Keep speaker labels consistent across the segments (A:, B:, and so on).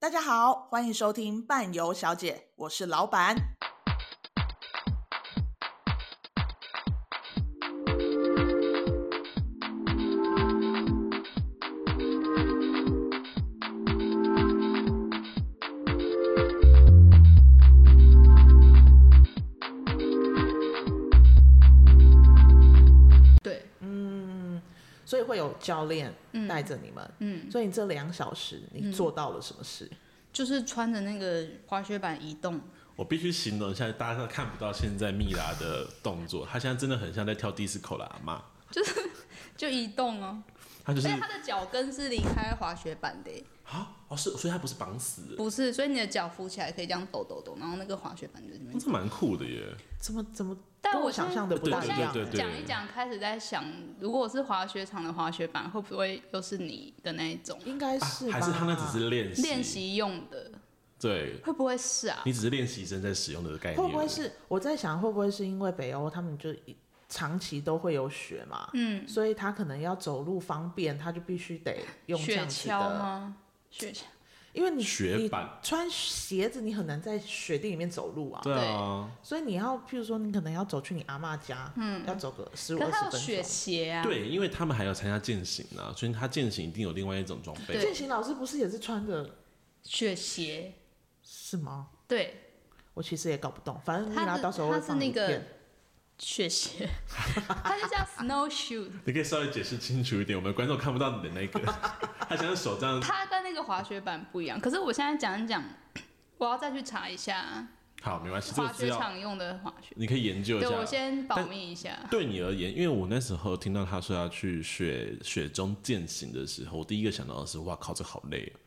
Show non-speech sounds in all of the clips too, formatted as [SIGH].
A: 大家好，欢迎收听伴游小姐，我是老板。
B: 对，
A: 嗯，所以会有教练
B: 嗯
A: 带着你们。
B: 嗯，
A: 所以你这两小时你做到了什么事？
B: 就是穿着那个滑雪板移动，
C: 我必须形容一下，大家看不到现在蜜拉的动作，她现在真的很像在跳 disco 啦，阿妈，
B: 就移动哦。
C: 她就是
B: 而且他的脚跟是离开滑雪板的耶，
C: 啊，哦是，所以她不是绑死的，
B: 不是，所以你的脚浮起来可以这样抖抖抖，然后那个滑雪板就在那
C: 哦
B: 边。
C: 这蛮酷的耶，
A: 怎么怎么
B: 但
A: 跟我
B: 我现
A: 想
B: 在
A: 象的不
C: 对
A: 大
B: 我
A: 一
B: 现
A: 样？
C: 对
B: 在
C: 对
B: 讲一讲，开始在想，如果是滑雪场的滑雪板，会不会又是你的那一种
A: 应该
C: 啊
A: 是吧？
C: 还是她那只是练习
B: 练，习用的？
C: 对
B: 会不会是啊？
C: 你只是练习生在使用的概念，
A: 会不会？是我在想，会不会是因为北欧他们就一长期都会有雪嘛？
B: 嗯，
A: 所以他可能要走路方便，他就必须得用这
B: 嗯雪
A: 样子
B: 橇
A: 的，
B: 吗？雪橇
A: 因为你
C: 雪
A: 你
C: 板
A: 穿鞋子，你很难在雪地里面走路啊。
C: 对啊，
A: 所以你要，譬如说，你可能要走去你阿嬷家，嗯，要走个十五
B: 可是
A: 二十
B: 它有
A: 分
B: 雪
A: 钟。
B: 鞋啊。
C: 对，因为他们还有参加践行啊，所以他践行一定有另外一种装备
B: 对。
A: 建行老师不是也是穿的，
B: 雪鞋，
A: 是吗？
B: 对，
A: 我其实也搞不懂，反正你
B: 它
A: 拿
B: 是
A: 到时候
B: 它
A: 会
B: 是
A: 放
B: 那
A: 影
B: 个
A: 片。
B: 雪
C: [LAUGHS]
B: 鞋，它就叫 snowshoe。
C: 你可以稍微解释清楚一点，我们观众看不到你的那个， [LAUGHS] 他现在手这样，
B: 它跟那个滑雪板不一样。可是我现在讲一讲， [COUGHS] 我要再去查一下
C: 好，没关系，这
B: 滑
C: 个资
B: 雪
C: 料
B: 场用的滑雪。
C: 你可以研究一
B: 对，
C: 下
B: 我。先保密一下。
C: [LAUGHS] 对你而言，因为我那时候听到他说要去雪雪中践行的时候，我第一个想到的是，哇靠，这好累哦。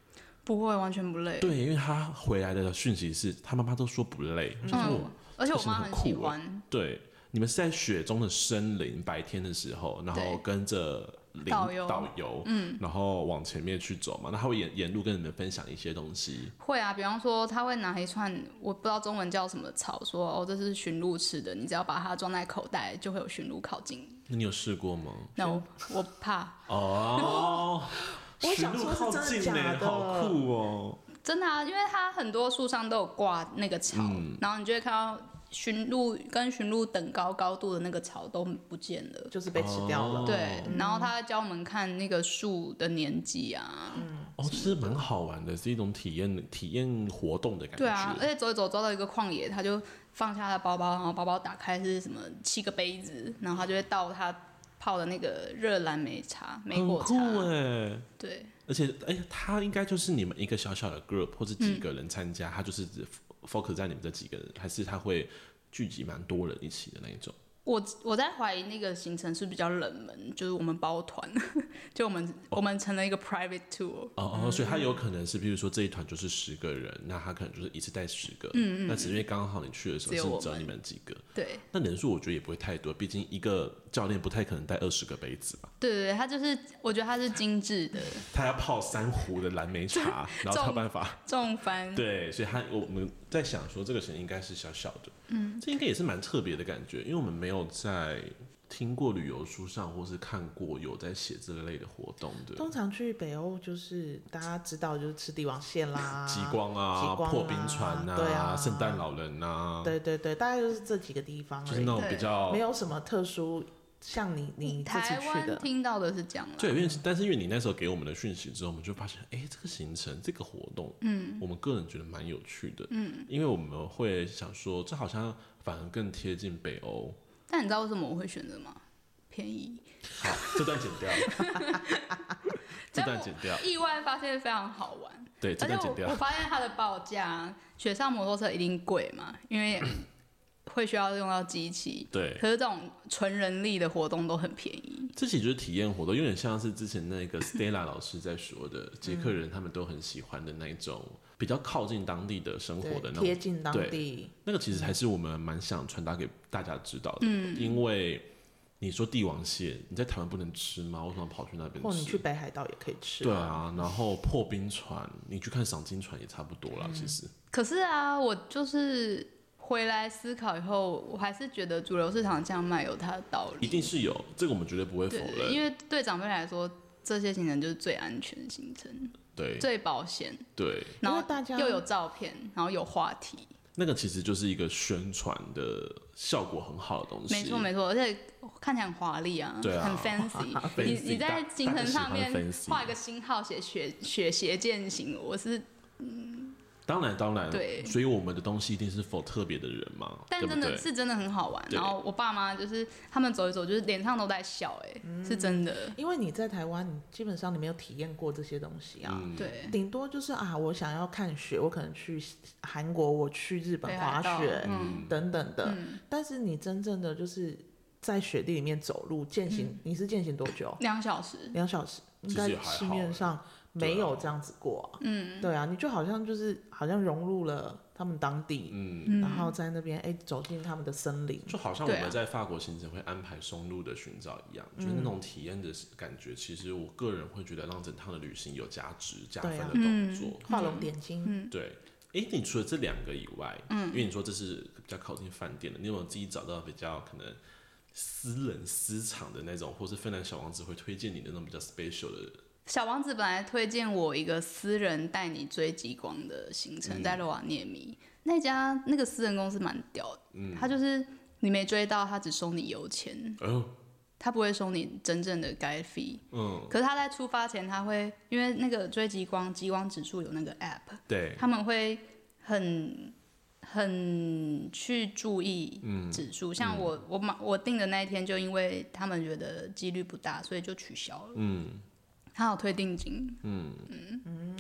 B: 不会，完全不累。
C: 对，因为他回来的讯息是，他妈妈都说不累，就是我
B: 嗯，而且我
C: 这是
B: 妈
C: 很
B: 很喜
C: 酷啊
B: 欢。
C: 对你们是在雪中的森林，白天的时候，然后
B: 对
C: 跟着领
B: 导游
C: 导游，嗯，然后往前面去走嘛，那他会沿沿路跟你们分享一些东西，
B: 会啊，比方说她会拿一串我不知道中文叫什么的草，说哦这是驯鹿吃的，你只要把它装在口袋，就会有驯鹿靠近你。
C: 那你有试过吗？
B: 那我我怕，
C: 哦，
A: [LAUGHS] 我
C: 驯
A: 想
C: 鹿
A: 说是
C: 靠
A: 真的
C: 近
A: 假
C: 呢
A: 的
C: 好酷哦！
B: 真的啊，因为它很多树上都有挂那个草，
C: 嗯
B: 然后你就会看到驯鹿跟驯鹿等高高度的那个草都不见了。
A: 就是被吃掉了。
C: 哦
B: 对，然后他教我们看那个树的年纪啊，
C: 哦，其实蛮好玩的，是一种体验体验活动的感觉。
B: 对啊，而且走一走走到一个旷野，他就放下他的包包，然后包包打开是什么七个杯子，然后他就会倒他泡的那个热蓝莓茶、莓
C: 很
B: 果茶
C: 酷，哎！
B: 对，
C: 而且，哎、他应该就是你们一个小小的 group 或是几个人参加，他就是只 focus 在你们这几个人，还是他会聚集蛮多人一起的那一种？
B: 我我在怀疑那个行程是比较冷门，就是我们包团， [LAUGHS] 就我们我们成了一个 private tour，
C: 哦哦，所以他有可能是，比如说这一团就是十个人，那他可能就是一次带十个，嗯嗯，那只是因为刚好你去的时候
B: 只有我
C: 是
B: 们
C: 只有你们几个，
B: 对。
C: 那人数我觉得也不会太多，毕竟一个教练不太可能带二十个杯子吧，
B: 对对对，它就是，我觉得它是精致的
C: 他要泡三壶的蓝
B: [LAUGHS]
C: 莓茶，然后才有办法。
B: 重
A: 嗯
B: 翻，
C: 对，所以他我们在想说，这个神应该是小小的，嗯，这应该也是蛮特别的感觉，因为我们没有在听过旅游书上或是看过有在写这类的活动的，
A: 通常去北欧就是大家知道就是吃帝王蟹啦，
C: 极光啊、
A: 极光啊
C: 破冰船
A: 对啊
C: 啊、圣诞、老人啊，
A: 对对对，大概就是这几个地方
C: 就
A: 而
C: 是
A: 已，
C: 那种
B: 对
C: 比较
A: 没有什么特殊，像你你这次
B: 台
A: 去
B: 湾
A: 的，
B: 听到的是这样啦，
C: 对，因为但是因为你那时候给我们的讯息之后，我们就发现，哎、这个行程这个活动，嗯，我们个人觉得蛮有趣的，嗯，因为我们会想说，这好像反而更贴近北欧，
B: 但你知道为什么我会选择吗？便宜，
C: 好， [LAUGHS] 这段剪掉，这段剪掉，
B: 意外发现非常好玩，
C: 对，这
B: 而且
C: 段剪掉
B: 我我。发现它的报价，雪上摩托车一定贵嘛，因为会需要用到机器，
C: 对，
B: 可是这种纯人力的活动都很便宜，
C: 这其实就是体验活动，有点像是之前那个 Stella 老师在说的，捷克人他们都很喜欢的那一种比较靠近当地的生活
A: 对，
C: 的
A: 嗯
C: 那
A: 贴
C: 种。
A: 近当
C: 对
A: 地，
C: 那个其实还是我们蛮想传达给大家知道的，因为你说帝王蟹，你在台湾不能吃吗？为什么跑去那边
A: 哦或你去
C: 吃？
A: 北海道也可以吃。
C: 对，啊，然后破冰船，你去看赏金船也差不多啦。其实
B: 可是啊，我就是。回来思考以后，我还是觉得主流市场这样卖有它的道理。
C: 一定是有，这个我们绝对不会否
B: 对，
C: 认。
B: 因为对长辈来说，这些行程就是最安全的行程，
C: 对
B: 最保险，
C: 对，
B: 然
A: 因
B: 后
A: 为大家
B: 又有照片，然后有话题，
C: 那个其实就是一个宣传的效果很好的东西。
B: 没错没错，而且看起来很华丽啊，
C: 对啊
B: 很
C: [LAUGHS]
B: fancy。你
C: Fancy，
B: 你在
C: 大
B: 行程上面
C: 大家喜欢
B: 画
C: fancy
B: 一个星号，写雪雪鞋践行，我是，
C: 当然当然，
B: 对
C: 所以我们的东西一定是否特别的人嘛，
B: 但
C: 对
B: 真
C: 不
B: 的
C: 对？
B: 是真的很好玩。
C: 对
B: 然后我爸妈就是他们走一走，就是脸上都在笑，哎，
C: 嗯
B: 是真的，
A: 因为你在台湾，你基本上你没有体验过这些东西啊。
C: 嗯，
B: 对，
A: 顶多就是啊，我想要看雪，我可能去韩国，我去日本
B: 北
A: 滑
B: 海道
A: 雪，
B: 嗯
A: 等等的。
B: 嗯
A: 但是你真正的就是在雪地里面走路践行，
B: 嗯
A: 你是践行多久？
B: 两小时，
A: 两小时，
C: 其
A: 应
C: 实
A: 该
C: 也还
A: 市
C: 好欸
A: 面上没
C: 对啊
A: 有这样子过、啊。
B: 嗯
A: 对啊，你就好像就是好像融入了他们当地，
C: 嗯，
B: 嗯，
A: 然后在那边哎、走进他们的森林。
C: 就好像我
B: 对啊
C: 们在法国行程会安排松露的寻找一
B: 嗯
C: 样，就是那种体验的感觉。其实我个人会觉得让整趟的旅行有价值、加分
A: 对啊
C: 的
B: 嗯
C: 动作。
A: 画龙点睛，
C: 对，哎，你除了这两个以外，嗯，因为你说这是比较靠近饭店的，你有没有自己找到比较可能私人私藏的那种，或是芬兰小王子会推荐你的那种比较 special 的？
B: 小王子本来推荐我一个私人带你追极光的行
C: 嗯
B: 程，在罗瓦涅米那家那个私人公司蛮屌的，
C: 嗯
B: 他就是你没追到，他只收你油钱，
C: 哦，
B: 他不会收你真正的 guide fee。
C: 嗯，
B: 可是他在出发前，他会因为那个追极光极光指数有那个 app，
C: 对，
B: 他们会很很去注意指数。像我我买我订的那一天，就因为他们觉得几率不大，所以就取消了。
C: 嗯
B: 他有退定金，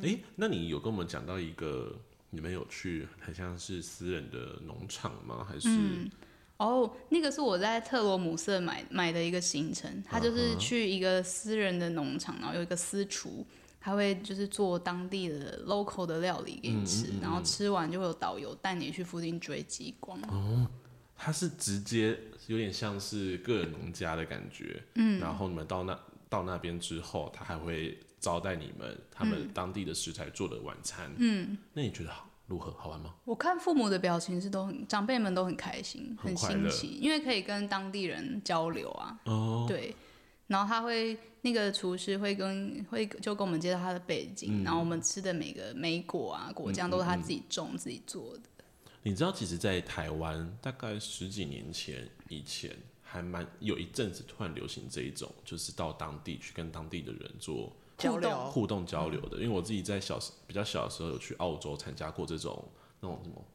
C: 哎，那你有跟我们讲到一个你们有去很像是私人的农场吗？还是、
B: 哦，那个是我在特罗姆瑟买买的一个行程，他
C: 嗯
B: 就是去一个私人的农场，然后有一个私厨，他会就是做当地的 local 的料理给你
C: 嗯
B: 吃，然后吃完就会有导游带你去附近追极光。
C: 哦它是直接有点像是个人农家的感觉，嗯，然后你们到那到那边之后，他还会招待你们他们当地的食材做的晚餐，嗯，那你觉得好如何？好玩吗？
B: 我看父母的表情是都很，长辈们都很开心，
C: 很
B: 很
C: 快
B: 新
C: 乐
B: 奇，因为可以跟当地人交流啊。
C: 哦，
B: 对，然后他会那个厨师会跟会就跟我们介绍他的背
C: 嗯
B: 景，然后我们吃的每个莓果啊果酱都是他自己种、自己做的。
C: 你知道，其实，在台湾大概十几年前以前，还蛮有一阵子突然流行这一种，就是到当地去跟当地的人做
A: 交
B: 互
A: 流
B: 动
C: 互动交流的。因为我自己在小时比较小的时候有去澳洲参加过这种那种什么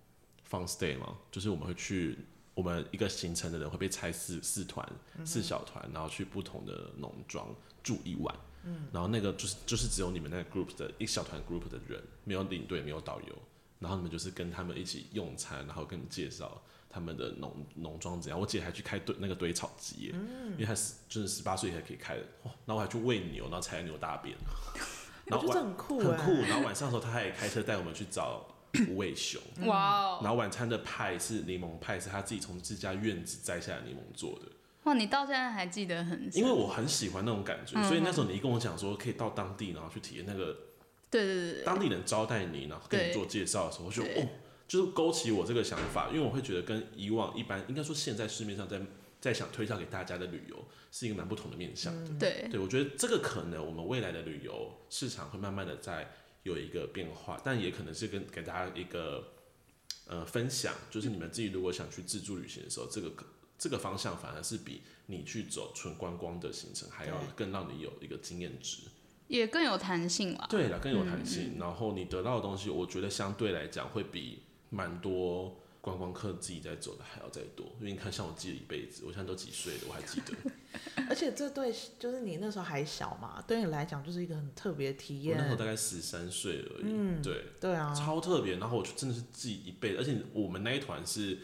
C: fun stay 嘛，就是我们会去我们一个行程的人会被拆四四团四小团，然后去不同的农庄住一晚。嗯，然后那个就是就是只有你们那个 group 的一小团 group 的人，没有领队，没有导游，然后你们就是跟他们一起用餐，然后跟你介绍他们的农农庄怎样。我姐还去开堆那个堆草机耶，因为她是就是十八岁才可以开的，哇！然后我还去喂牛，然后踩牛大便，
A: 我
C: 然后
A: 觉得
C: 晚
A: 很酷哎、
C: 很酷。然后晚上的时候，她还开车带我们去找无尾熊。
B: 哇哦！
C: 嗯然后晚餐的派是柠檬派，是她自己从自家院子摘下来柠檬做的。
B: 哇，你到现在还记得很深，
C: 因为我很喜欢那种感觉，所以那时候你一跟我讲说可以到当地，然后去体验那个
B: 对对对对，
C: 当地人招待你，然后跟你做介绍的时候，我就
B: 对
C: 哦，就是勾起我这个想法，因为我会觉得跟以往一般，应该说现在市面上在在想推销给大家的旅游是一个蛮不同的面向的。
B: 对
C: 对，我觉得这个可能我们未来的旅游市场会慢慢的在有一个变化，但也可能是跟给大家一个呃分享，就是你们自己如果想去自助旅行的时候，这个可这个方向反而是比你去走纯观光的行程还要
A: 对
C: 更让你有一个经验值。
B: 也更有弹性啦。
C: 对了，更有
B: 嗯
C: 弹性，然后你得到的东西，我觉得相对来讲会比蛮多观光客自己在走的还要再多。因为你看，像我记了一辈子，我现在都几岁了，我还记
B: [LAUGHS]
C: 得我
A: 而且这对就是你那时候还小嘛，对你来讲就是一个很特别的体
C: 那时候
A: 验。
C: 大概十三岁而已。
B: 嗯
C: 对，
A: 对
B: 哦
A: 啊，
C: 超特别。然后我就真的是记一辈子，而且我们那一团是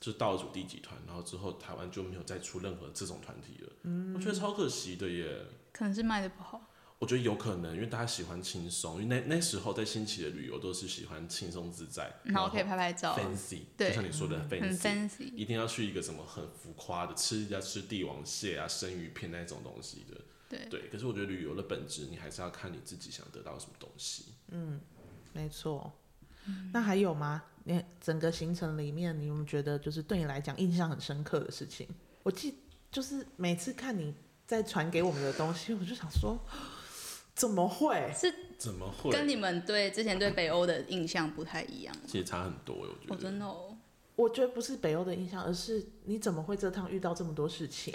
C: 就倒数第几团，然后之后台湾就没有再出任何这种团体了。
B: 嗯
C: 我觉得超可惜的耶。
B: 可能是卖的不好，
C: 我觉得有可能，因为大家喜欢轻松，因为那那时候在兴起的旅游都是喜欢轻松自在，
B: 然后可以拍拍照，
C: fancy，
B: 对嗯
C: 就像你说的
B: 很
C: fancy，
B: fancy。
C: 一定要去一个什么很浮夸的，吃人家吃帝王蟹啊、生鱼片那种东西的。
B: 对，
C: 对，可是我觉得旅游的本质，你还是要看你自己想得到什么东西。
A: 没错。那还有吗？你整个行程里面，你有没有觉得就是对你来讲印象很深刻的事情？我记就是每次看你在传给我们的东西，我就想说，怎么会？
C: 怎么会？
B: 跟你们对之前对北欧的印象不太一样。
C: 其实差很多欸，我
B: 我
C: 觉得。
B: 真的哦，
A: 我觉得不是北欧的印象，而是你怎么会这趟遇到这么多事情？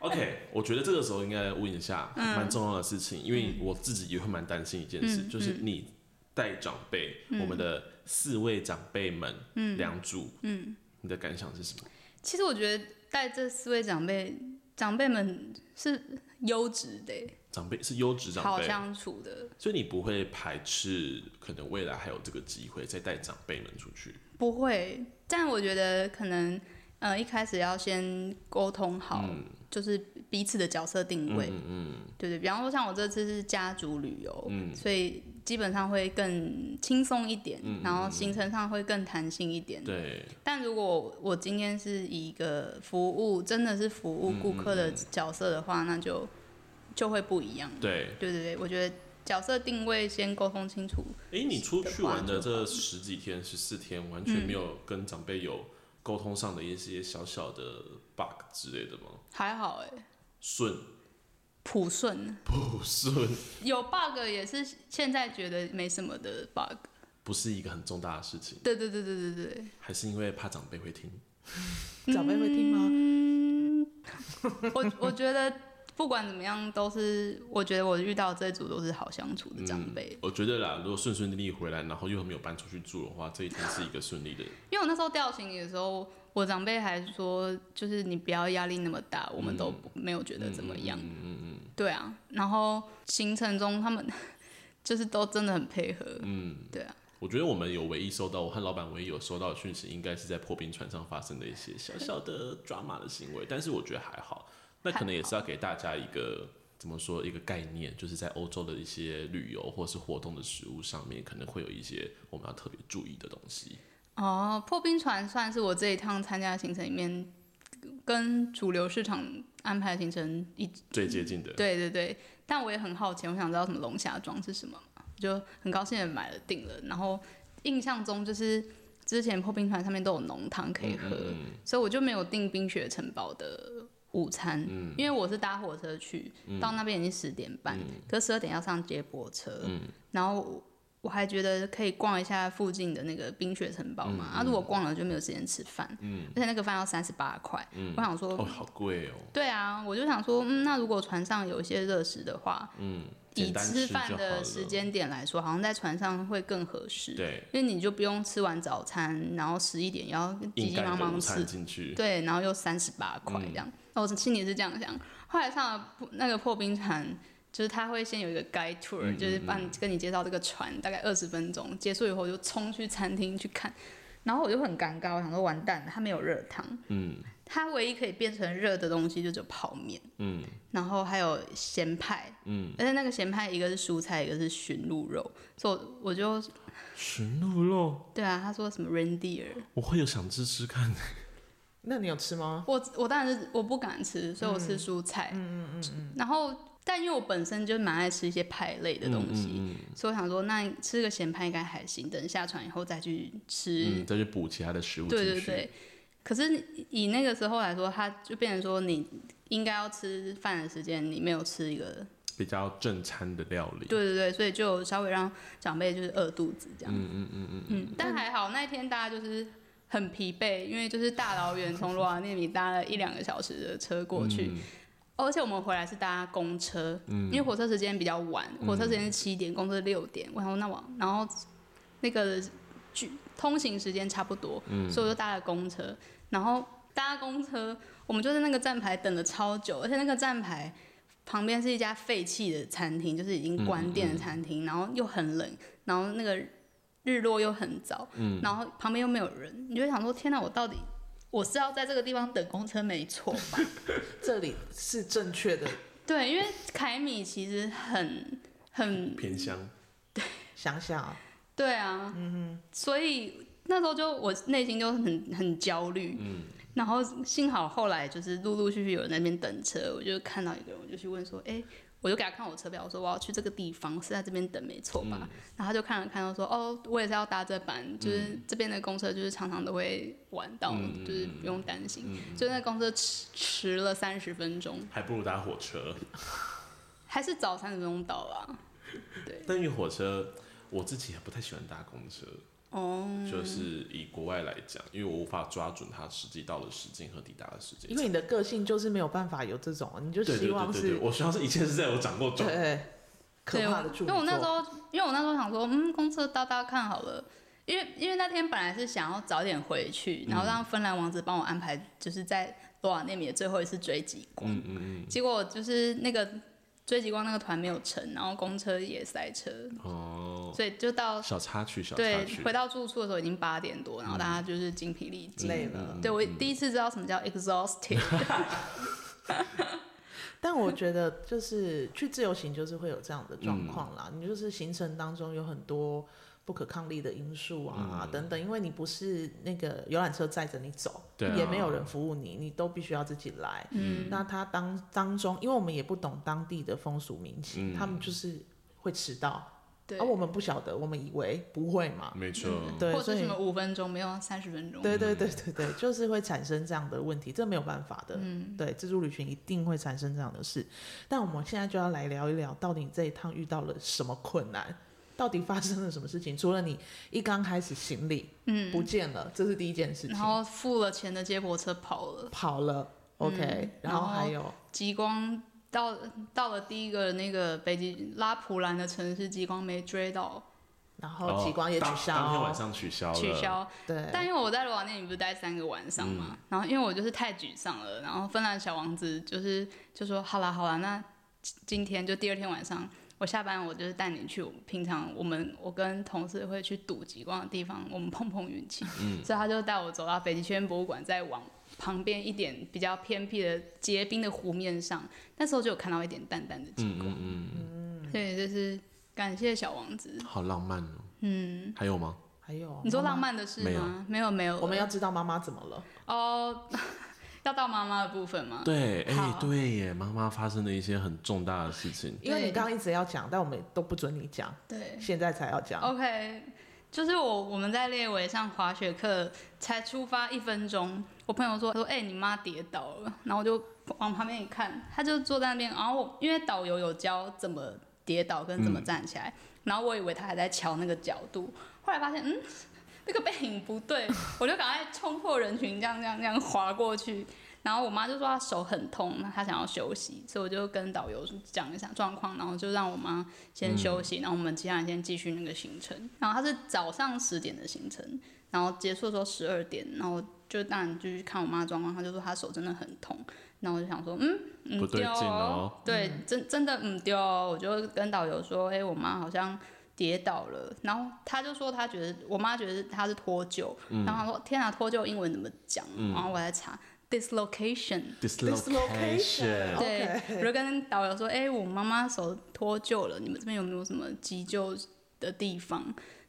C: OK，我觉得这个时候应该问一下
B: 嗯
C: 蛮重要的事情，因为我自己也会蛮担心一件事，
B: 嗯
C: 就是你带长辈，我们的四位长辈们，嗯，两组，嗯，你的感想是什么？
B: 其实我觉得带这四位长辈，长辈们是优质的欸，
C: 长辈是优质长
B: 好
C: 辈，
B: 相处的，
C: 所以你不会排斥，可能未来还有这个机会再带长辈们出去。
B: 不会。但我觉得可能，呃，一开始要先沟通好，就是彼此的角色定位。
C: 嗯嗯，
B: 对对，比方说像我这次是家族旅游，所以基本上会更轻松一点，
C: 嗯
B: 然后行程上会更弹性一点。
C: 对，
B: 但如果我今天是以一个服务，真的是服务顾客
C: 嗯
B: 的角色的话，那就就会不一样。
C: 对。
B: 对对对，我觉得角色定位先沟通清楚。
C: 哎、你出去玩的这十几天、十四天，完全
B: 嗯
C: 没有跟长辈有沟通上的一些小小的 bug 之类的吗？
B: 还好哎、
C: 顺
B: 普顺
C: 不顺？
B: 有 bug 也是现在觉得没什么的 bug。
C: 不是一个很重大的事情，
B: 对对对对对对，
C: 还是因为怕长辈会听。
A: 长辈会听吗？
B: 我我觉得不管怎么样都是，我觉得我遇到这一组都是好相处的长辈，
C: 嗯我觉得啦，如果顺顺利利回来，然后又没有搬出去住的话，这一天是一个顺利的。
B: 因为我那时候调行李的时候，我长辈还说，就是你不要压力那么大，我们都不没有觉得怎么样。嗯嗯对啊，然后行程中他们 [LAUGHS] 就是都真的很配合。嗯，对啊，
C: 我觉得我们有唯一收到，我和老板唯一有收到的讯息，应该是在破冰船上发生的一些小小的 drama 的行为，但是我觉得还好。那可能也是要给大家一个怎么说一个概念，就是在欧洲的一些旅游或是活动的食物上面，可能会有一些我们要特别注意的东西。
B: 哦，破冰船算是我这一趟参加的行程里面跟主流市场安排的行程一
C: 最接近的，
B: 对对对，但我也很好奇，我想知道什么龙虾装是什么嘛，就很高兴的买了订了。然后印象中就是之前破冰船上面都有浓汤可以
C: 嗯
B: 喝，所以我就没有订冰雪城堡的午餐，
C: 嗯
B: 因为我是搭火车去，到那边已经十点半，可十二点要上接驳车，
C: 嗯
B: 然后我。我还觉得可以逛一下附近的那个冰雪城堡
C: 嗯
B: 嘛，啊，如果逛了就没有时间吃饭，而且那个饭要三十八块，我想说
C: 哦，好贵哦，
B: 对啊，我就想说，嗯，那如果船上有一些热食的话，以
C: 嗯简单
B: 吃
C: 就
B: 饭
C: 好
B: 的
C: 了。
B: 时间点来说，好像在船上会更合适。，
C: 对，
B: 因为你就不用吃完早餐，然后十一点也要急
C: 硬
B: 急
C: 盖
B: 忙
C: 个午
B: 忙
C: 餐
B: 吃，
C: 进去，
B: 对，然后又三十八
C: 嗯
B: 块这样。那、我心里是这样想。后来上了破那个破冰船，就是他会先有一个 guide tour，、就是
C: 嗯
B: 帮你跟你介绍这个船，大概二十分钟。结束以后我就冲去餐厅去看，然后我就很尴尬，我想说完蛋了，他没有热汤。
C: 嗯
B: 它唯一可以变成热的东西就只有泡面，
C: 嗯，
B: 然后还有咸派，
C: 嗯，
B: 而且那个咸派一个是蔬菜，一个是驯鹿肉，所以我我就
C: 驯鹿肉，
B: 对啊，他说什么 reindeer，
C: 我会有想吃吃看。
A: 那你有吃吗？
B: 我我当然是我不敢吃，所以我吃蔬菜，嗯嗯嗯，然后但因为我本身就蛮爱吃一些派类的东西，所以我想说那吃个咸派应该还行，等下船以后再去吃
C: 嗯，再去补其他的食物进
B: 对对
C: 去。
B: 对，可是以那个时候来说，它就变成说你应该要吃饭的时间，你没有吃一个，
C: 比较正餐的料理。
B: 对对对，所以就稍微让长辈就是饿肚子这样。嗯嗯嗯嗯但还好那一天大家就是很疲惫，因为就是大老远从罗瓦涅米搭了一两个小时的车过去。嗯哦而且我们回来是搭公车，因为火车时间比较晚，火车时间是七点，公车六点。然后那往，然后那个距通行时间差不多，所以我就搭了公车。然后搭公车，我们就在那个站牌等了超久，而且那个站牌旁边是一家废弃的餐厅，就是已经关店的餐厅，然后又很冷，然后那个日落又很早，然后旁边又没有人，你就会想说：天哪，我到底我是要在这个地方等公车没错吧？
A: 这里是正确的
B: 对，因为凯米其实很很
C: 偏乡，
A: 想想啊，
B: 对啊，所以那时候就我内心就很很焦虑，然后幸好后来就是陆陆续续有人在那边等车，我就看到一个人，我就去问说，哎、我就给他看我车票，我说我要去这个地方，是在这边等没错吧？然后他就看了看，他说哦，我也是要搭这班，就是这边的公车就是常常都会晚到，就是不用担心。就那公车迟迟了三十分钟，
C: 还不如搭火车。
B: 还是早三十分钟到啊。
C: 但因为火车，我自己也不太喜欢搭公车，
B: 哦，
C: 就是以国外来讲，因为我无法抓准它实际到的时间和抵达的时间。
A: 因为你的个性就是没有办法有这种，你就
C: 对对
A: 希望
C: 对对对，
A: 是
C: 我希望是一切是在我掌握中。
A: 对可
B: 对，
A: 怕的处
B: 因
A: 女
B: 为我那时
A: 座。
B: 候，因为我那时候想说，嗯，公车搭搭看好了，因为因为那天本来是想要早点回去，
A: 嗯
B: 然后让芬兰王子帮我安排，就是在罗瓦涅米的最后一次追极光。
C: 嗯嗯
B: 结果就是那个追极光那个团没有成，然后公车也塞车，
C: 嗯，哦，
B: 所以就到
C: 小插曲，小插
B: 对
C: 曲
B: 回。到住处的时候已经八点多，然后大
A: 嗯
B: 家就是精疲力尽。
A: 累了
C: 嗯
B: 对我第一次知道什么叫
A: [LAUGHS]
B: exhausted，
A: 但我觉得就是去自由行就是会有这样
C: 嗯
A: 的状况啦，你就是行程当中有很多不可抗力的因素啊、
C: 嗯
A: 等等，因为你不是那个游览车载着你走，
C: 对啊
A: 也没有人服务你，你都必须要自己来。嗯，那他当当中，因为我们也不懂当地的风俗民
C: 嗯
A: 情，他们就是会迟到，啊
B: 对
A: 而、，我们不晓得，我们以为不会嘛，
C: 没错，
A: 嗯对，
B: 或
A: 所
B: 者
A: 以
B: 什么五分钟没有三十分钟，
A: 对对对
C: 嗯
A: 对对，就是会产生这样的问题，这没有办法的。嗯，对，自助旅行一定会产生这样的事。但我们现在就要来聊一聊，到底你这一趟遇到了什么困难？到底发生了什么事情？除了你一刚开始行李
B: 嗯，
A: 不见了，这是第一件事情
B: 然。后付了钱的接驳车跑了。
A: 跑了，OK，、然
B: 然
A: 后还
B: 后
A: 有
B: 极光到到了第一个那个北极拉普兰的城市，极光没追到，
A: 然后极光也取
C: 哦当
A: 消，
C: 当天晚上取消了，
B: 取消。
A: 对，
B: 但因为我在罗瓦涅米不是待三个晚上嘛，然后因为我就是太沮丧了，然后芬兰小王子就是就说好啦好啦，那今天就第二天晚上。我下班，我就是带你去我平常我们我跟同事会去赌极光的地方，我们碰碰运气。所以他就带我走到北极圈博物馆，再往旁边一点比较偏僻的结冰的湖面上，那时候就有看到一点淡淡的极光。
A: 嗯
B: 对，就是感谢小王子。
C: 嗯好浪漫哦。嗯，还有吗？
A: 还有
B: 你说
A: 妈
B: 浪
A: 妈，
B: 漫的事吗？没有没有，
A: 我们要知道妈妈怎么了。
B: 哦， [LAUGHS] 要到妈妈的部分吗？
C: 对，哎，
B: 好
C: 对耶，妈妈发生了一些很重大的事情。
A: 因为你
B: 对
A: 刚刚一直要讲，但我们都不准你讲，
B: 对哦
A: 现在才要讲。
B: ，OK，就是我我们在列维上滑雪课才出发一分钟，我朋友说说哎、你妈跌倒了，然后我就往旁边一看，她就坐在那边，然后我因为导游有教怎么跌倒跟怎么站起来，然后我以为她还在瞧那个角度，后来发现嗯。那个背影不对，我就赶快冲破人群，这样这样这样滑过去。然后我妈就说她手很痛，那她想要休息，所以我就跟导游讲一下状况，然后就让我妈先
C: 嗯
B: 休息，然后我们其他人先继续那个行程。然后她是早上十点的行程，然后结束的时候十二点，然后就当然就去看我妈的状况，她就说她手真的很痛，然后我就想说，嗯，嗯
C: 不对
B: 丢
C: 劲哦
B: 对，真真的嗯丢哦，我就跟导游说，哎、我妈好像。跌倒了，然后她就说她觉得，我妈觉得她是脱臼，
C: 嗯
B: 然后她说天啊，脱臼英文怎么讲？然后我来查 dislocation，
A: Dislocation
B: 对
A: OK
B: 我就跟导游说，哎、我妈妈手脱臼了，你们这边有没有什么急救的地方？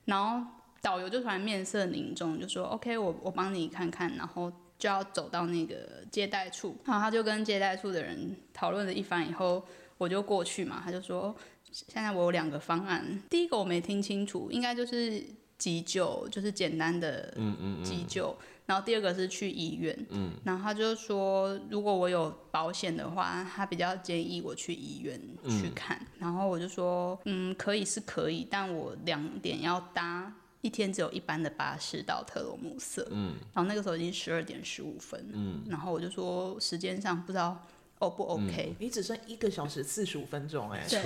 B: 然后导游就突然面色凝重，就说，OK，我我帮你看看，然后就要走到那个接待处，然后他就跟接待处的人讨论了一番以后，我就过去嘛，他就说，哦现在我有两个方案，第一个我没听清楚，应该就是急救，就是简单的急救。然后第二个是去医院，嗯，然后他就说，如果我有保险的话，他比较建议我去医院去看。然后我就说，嗯，可以是可以，但我两点要搭一天只有一班的巴士到特罗姆瑟，嗯，然后那个时候已经十二点十五分，嗯，然后我就说时间上不知道 O 不 OK，、
A: 你只剩一个小时四十五分钟、哎，
B: 对，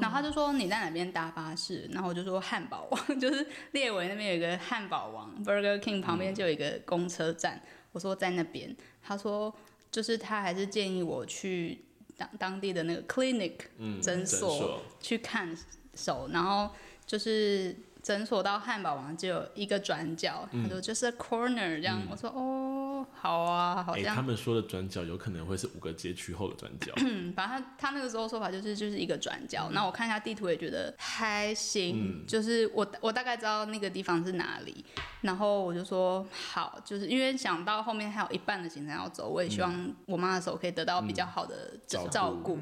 B: 然后他就说你在哪边搭巴士，然后我就说汉堡王， [LAUGHS] 就是列维那边有一个汉堡王 Burger King 旁
C: 嗯
B: 边就有一个公车站，我说在那边，他说就是他还是建议我去当当地的那个 clinic
C: 嗯，
B: 诊所去看手，然后就是诊所到汉堡王就有一个转角，
C: 嗯
B: 他说就是 corner 这样，我说哦好啊，好
C: 哎，
B: 像
C: 他们说的转角有可能会是五个街区后的转
B: [COUGHS]
C: 角。
B: 嗯，反正他他那个时候说法就是就是一个转角，那、我看一下地图也觉得还行，就是我我大概知道那个地方是哪里，然后我就说好，就是因为想到后面还有一半的行程要走，我也希望我妈的手可以得到比较好的照
C: 照
B: 照
C: 顾
B: 顾。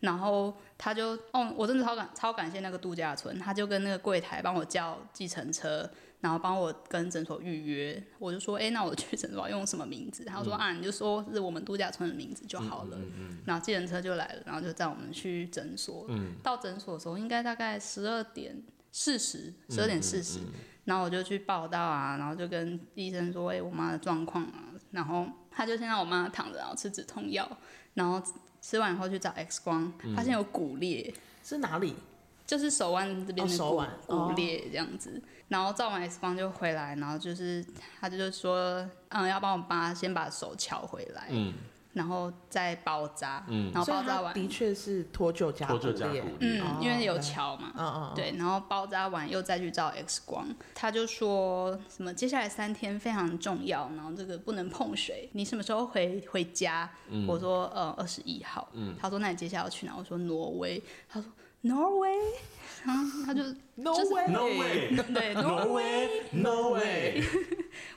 B: 然后他就，哦，我真的超感超感谢那个度假村，他就跟那个柜台帮我叫计程车，然后帮我跟诊所预约。我就说，哎、那我去诊所用什么名字？他说、啊，你就说是我们度假村的名字就好了。然后计程车就来了，然后就载我们去诊所。到诊所的时候，应该大概十二点四十，十二点四
C: 嗯
B: 十、然后我就去报道啊，然后就跟医生说，哎、我妈的状况啊，然后他就先让我妈躺着，然后吃止痛药，然后吃完以后去找 X 光，发现有骨裂，
A: 是哪里？
B: 就是手腕这边
A: 哦
B: 的
A: 手
B: 骨、
A: 腕哦
B: 骨裂这样子。然后照完 X 光就回来，然后就是他就说，嗯，要帮我妈先把手撬回来，
C: 嗯
B: 然后再包扎，然后
A: 所
B: 包
A: 以
B: 扎
A: 他
B: 完，
A: 的确是脱臼加
C: 脱臼加
A: 裂
C: 骨。裂，
B: 嗯，因为有
A: 哦
B: 桥嘛，
A: 嗯嗯，
B: 对，然后包扎完又再去照 X 光，他就说什么接下来三天非常重要，然后这个不能碰水。你什么时候回回家？我说呃二十一号。他说那你接下来要去哪？我说挪威。他说挪威， [LAUGHS] 然后他就
A: No
B: 就是
A: way，
C: 嗯 No way，No
B: [LAUGHS] 对挪威。
C: way，No way，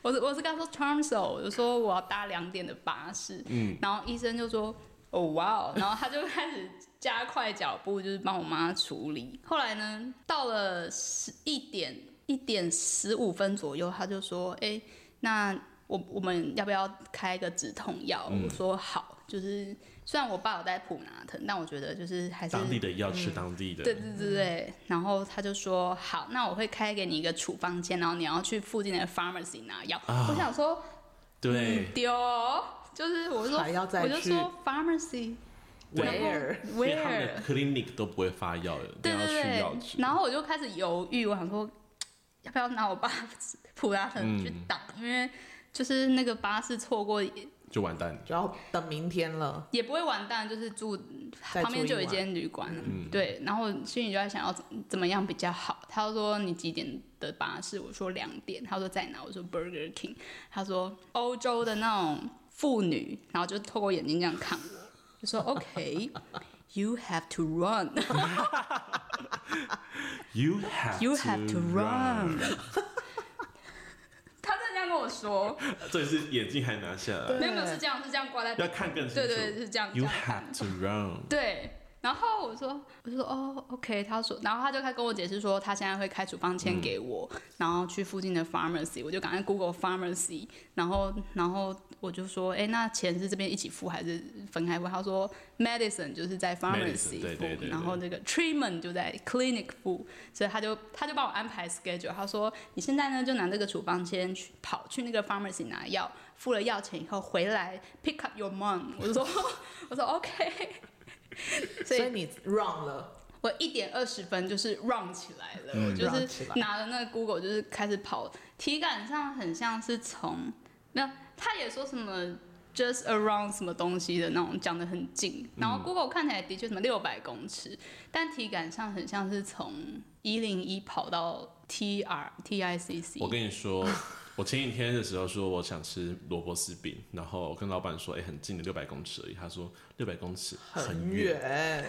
B: 我是我是跟他说 Tromso，我就说我要搭两点的巴士，然后医生就说哦哇哦，然后他就开始加快脚步，就是帮我妈处理。后来呢，到了十一点一点十五分左右，他就说哎、那我我们要不要开一个止痛药？我说好，就是虽然我爸有带普拿疼，但我觉得就是还是
C: 当地的要吃当地的，
B: 对对对对，然后他就说好，那我会开给你一个处方间，然后你要去附近的 pharmacy 拿药。
C: 啊
B: 我想说
C: 对
B: 丢哦，就是我说
A: 还要再
B: 我就
A: 去
B: 说 pharmacy
C: 对
B: 然后
A: Where？
C: 连他们
B: where
C: 的 clinic 都不会发药的，都
B: 对
C: 要
B: 对
C: 去
B: 对
C: 药，局。
B: 然后我就开始犹豫，我想说要不要拿我爸普拉
C: 嗯
B: 腾去挡，因为就是那个巴士错过也
C: 就完蛋了。
A: 就要等明天了。
B: 也不会完蛋，就是住嗯
A: 再
B: 旁边
A: 住
B: 就有一
A: 晚，
B: 间旅馆，对，然后我心里就在想要怎怎么样比较好。他说你几点的巴士？我说两点。他说在哪？我说 Burger King。他说欧洲的那种妇女，然后就透过眼睛这样看我，就 [LAUGHS] 说 OK，you、have to run，you
C: You have
B: have to run。他真的这样跟我说，
C: 这是眼镜还拿下来，
A: 对
B: 没有没有是这样是这样挂在，
C: 要看更清
B: 对
C: 楚。
B: 对是这样。这
C: You
B: 样看
C: have to run。
B: 对，然后我说我就说哦，OK，他说，然后他就开跟我解释说他现在会开处方
C: 嗯
B: 签给我，然后去附近的 pharmacy，我就赶快 Google pharmacy，然后然后我就说，哎，那钱是这边一起付还是分开付？他说 medicine 就是在 pharmacy 付
C: Medicine，对对对
B: 然后那个 treatment 就在 clinic 付，所以他就他就帮我安排 schedule，他说你现在呢就拿这个处方签去跑去那个 pharmacy 拿药，付了药钱以后回来 pick up your mom，我就说 [LAUGHS] 我说 OK。所
A: 所
B: 以
A: 以你 wrong 了，
B: 我一点二十分就是 run 起来了，我就
A: 嗯 run
B: 是
A: 起来
B: 拿了那个 Google 就是开始跑，体感上很像是从没有，他也说什么 just around 什么东西的那种，讲的很
A: 嗯
B: 近，然后 Google 看起来的确什么六百公尺，但体感上很像是从一零一跑到 T R T I C C，
C: 我跟你说，我前几天的时候说我想吃萝卜丝饼，然后我跟老板说，哎、很近的六百公尺而已。他说六百公尺
A: 很
C: 远，
A: 远，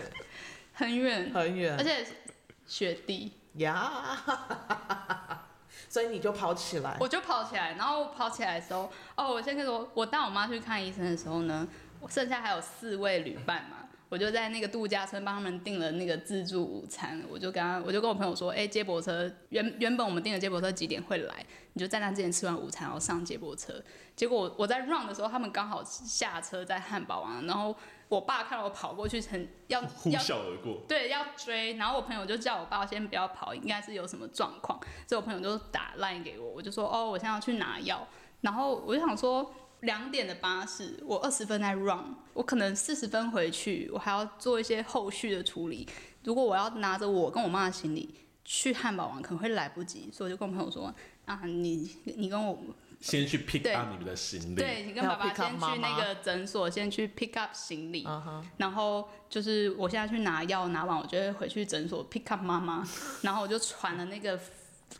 B: 很远，
A: 很
B: 而
A: 远
B: 且雪地。
A: 呀。 [LAUGHS] 所以你就跑起来，
B: 我就跑起来，然后我跑起来的时候，哦，我先跟你说，我带我妈去看医生的时候呢，我剩下还有四位旅伴嘛，我就在那个度假村帮他们订了那个自助午餐，我就跟他，我就跟我朋友说，哎、接驳车原原本我们订的接驳车几点会来，你就在那之前吃完午餐，然后上接驳车。结果我我在 run 的时候，他们刚好下车在汉堡王，然后我爸看到我跑过去很，要
C: 呼
B: 要
C: 啸而过。
B: 对，要追。然后我朋友就叫我爸先不要跑，应该是有什么状况，所以我朋友就打 line 给我，我就说哦，我现在要去拿药。然后我就想说，两点的巴士，我二十分在 run，我可能四十分回去，我还要做一些后续的处理。如果我要拿着我跟我妈的行李去汉堡王，可能会来不及，所以我就跟我朋友说啊，你你跟我
C: 先去 pick
B: 对
C: up 你们的行李，
B: 对你跟爸爸
A: 还有 pick up
B: 先
A: 妈
B: 去
A: 妈
B: 那个诊所，先去 pick up 行李。
A: 嗯哼，
B: 然后就是我现在去拿药，拿完我就会回去诊所 pick up 妈妈， [LAUGHS] 然后我就传了那个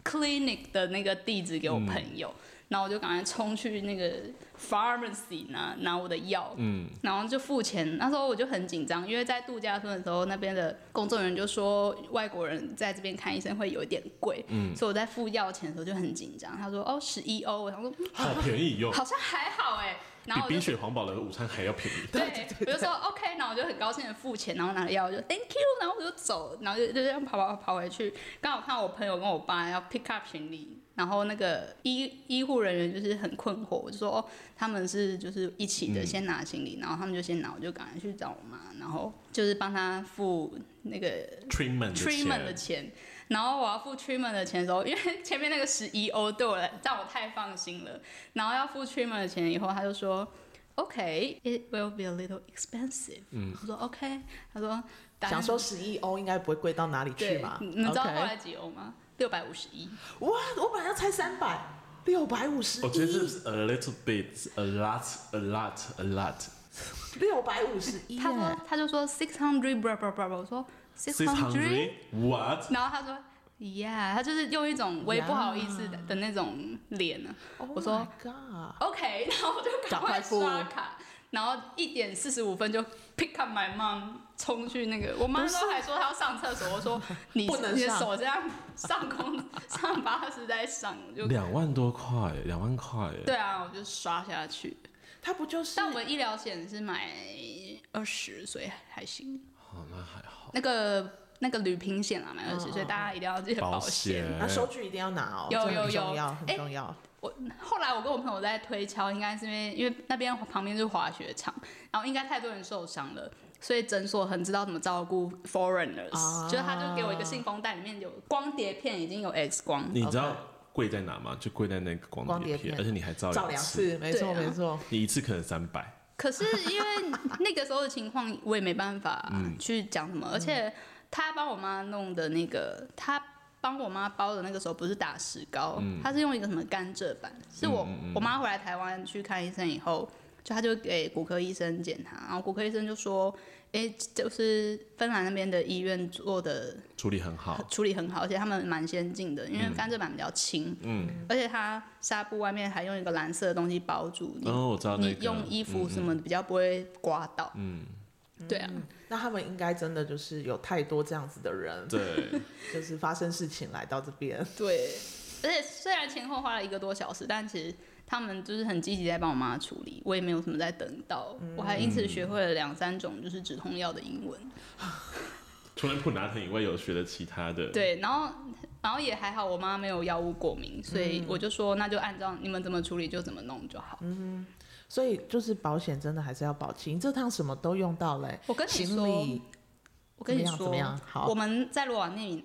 B: clinic 的那个地址给我朋友，然后我就赶快冲去那个 pharmacy 拿拿我的药，嗯，然后就付钱。那时候我就很紧张，因为在度假村的时候，那边的工作人员就说外国人在这边看医生会有一点贵，嗯，所以我在付药钱的时候就很紧张。他说哦十一欧，我想说嗯
C: 好便宜哟、
B: 好像还好哎、然后我
C: 比
B: 就
C: 冰雪环保的午餐还要便宜。
B: 对，我就说 OK，然后我就很高兴的付钱，然后拿了药，我就 Thank you，然后我就走，然后就就这样跑跑跑回去。刚好看我朋友跟我爸要 pick up 行李，然后那个医医护人员就是很困惑，我就说哦，他们是就是一起的，
C: 嗯
B: 先拿行李，然后他们就先拿，我就赶快去找我妈，然后就是帮他付那个
C: treatment 的
B: treatment 的
C: 钱，
B: 钱，然后我要付 treatment 的钱的时候，因为前面那个十一欧对我来让我太放心了，然后要付 treatment 的钱以后，他就说，OK，it、will be a little expensive。
C: 嗯，
B: 我说 OK，他说打
A: 想说十一欧应该不会贵到哪里去
B: 对
A: 嘛，？
B: 你你知道后
A: OK
B: 来几欧吗？六百五十一。
A: 哇，我本来要猜三百，六百五十
C: 我觉得这
A: 一，
C: 是 a little bit, a lot, a lot, a lot,
A: 六百五十一，
B: 他说他就说 six hundred blah blah blah，blah，我说 six
C: six
B: hundred，
C: hundred, what？
B: 然后他说 yeah，他就是用一种我也不好意思的的那种脸呢、我说
A: Oh my God，
B: OK，然 [LAUGHS] 后我就赶快刷卡，然后一点四十五分就 pick up my mom，冲去那个，我妈
A: 不是
B: 都还说她要上厕所，我
A: [LAUGHS]
B: 说你
A: 不能
B: 你的
A: 上
B: 手这样上空 [LAUGHS] 上八十在上，我就
C: 两万多块，两万块，
B: 对啊，我就刷下去。
A: 他不就是
B: 但我
C: 哎
B: 们医疗险是买二十，所以还行。
C: 哦，那还好。
B: 那个那个旅平险啊，买二十，
A: 嗯
B: 所以大家一定要记得
C: 保
B: 险。
C: 险
A: 那收据一定要拿哦，
B: 有
A: 这很
B: 有有
A: 重要，很
B: 哎
A: 重要。
B: 我后来我跟我朋友在推敲，应该是因为因为那边旁边就是滑雪场，然后应该太多人受伤了，所以诊所很知道怎么照顾 foreigners，、
A: 啊
B: 就是他就给我一个信封袋，里面有光碟片，已经有 X 光，
C: 你知道贵在哪吗？就贵在那个
A: 光
C: 光
A: 碟
C: 碟片，
A: 片
C: 而且你还照
A: 照
C: 两
A: 两
C: 次，
A: 次，没错
B: 对啊
A: 没错，
C: 你一次可能三百，
B: 可是因为那个时候的情况，我也没办法去讲什么，而且他帮我妈弄的那个，他帮我妈包的那个时候不是打石膏，他是用一个什么甘蔗板，是我、我妈回来台湾去看医生以后。就他就给骨科医生检查，然后骨科医生就说：“哎、就是芬兰那边的医院做的
C: 处理很
B: [LAUGHS]
C: 好，
B: 处理很好，而且他们蛮先进的，因为甘蔗板比较轻，
C: 嗯，
B: 而且它纱布外面还用一个蓝色的东西包住，你
C: 然哦后我知道那
B: 你
C: 个
B: 用衣服什么比较不会刮到。
C: 嗯，
B: 对啊，
A: 那他们应该真的就是有太多这样子的人，
C: 对，
A: 就是发生事情来到这边，
B: 对。而且虽然前后花了一个多小时，但其实他们就是很积极在帮我妈处理，我也没有什么在等到，
C: 嗯
B: 我还因此学会了两三种就是止痛药的英文。
C: 除了普拿疼以外，有学的其他的，，
B: 对，然后然后也还好，我妈没有药物过敏，所
C: 嗯
B: 以我就说那就按照你们怎么处理就怎么弄就好。
A: 嗯所以就是保险真的还是要保齐。你这趟什么都用到嘞、
B: 我跟你
A: 行
B: 说，
A: 李
B: 我跟你
A: 怎么样
B: 说
A: 怎么样好，
B: 我们在罗瓦内米，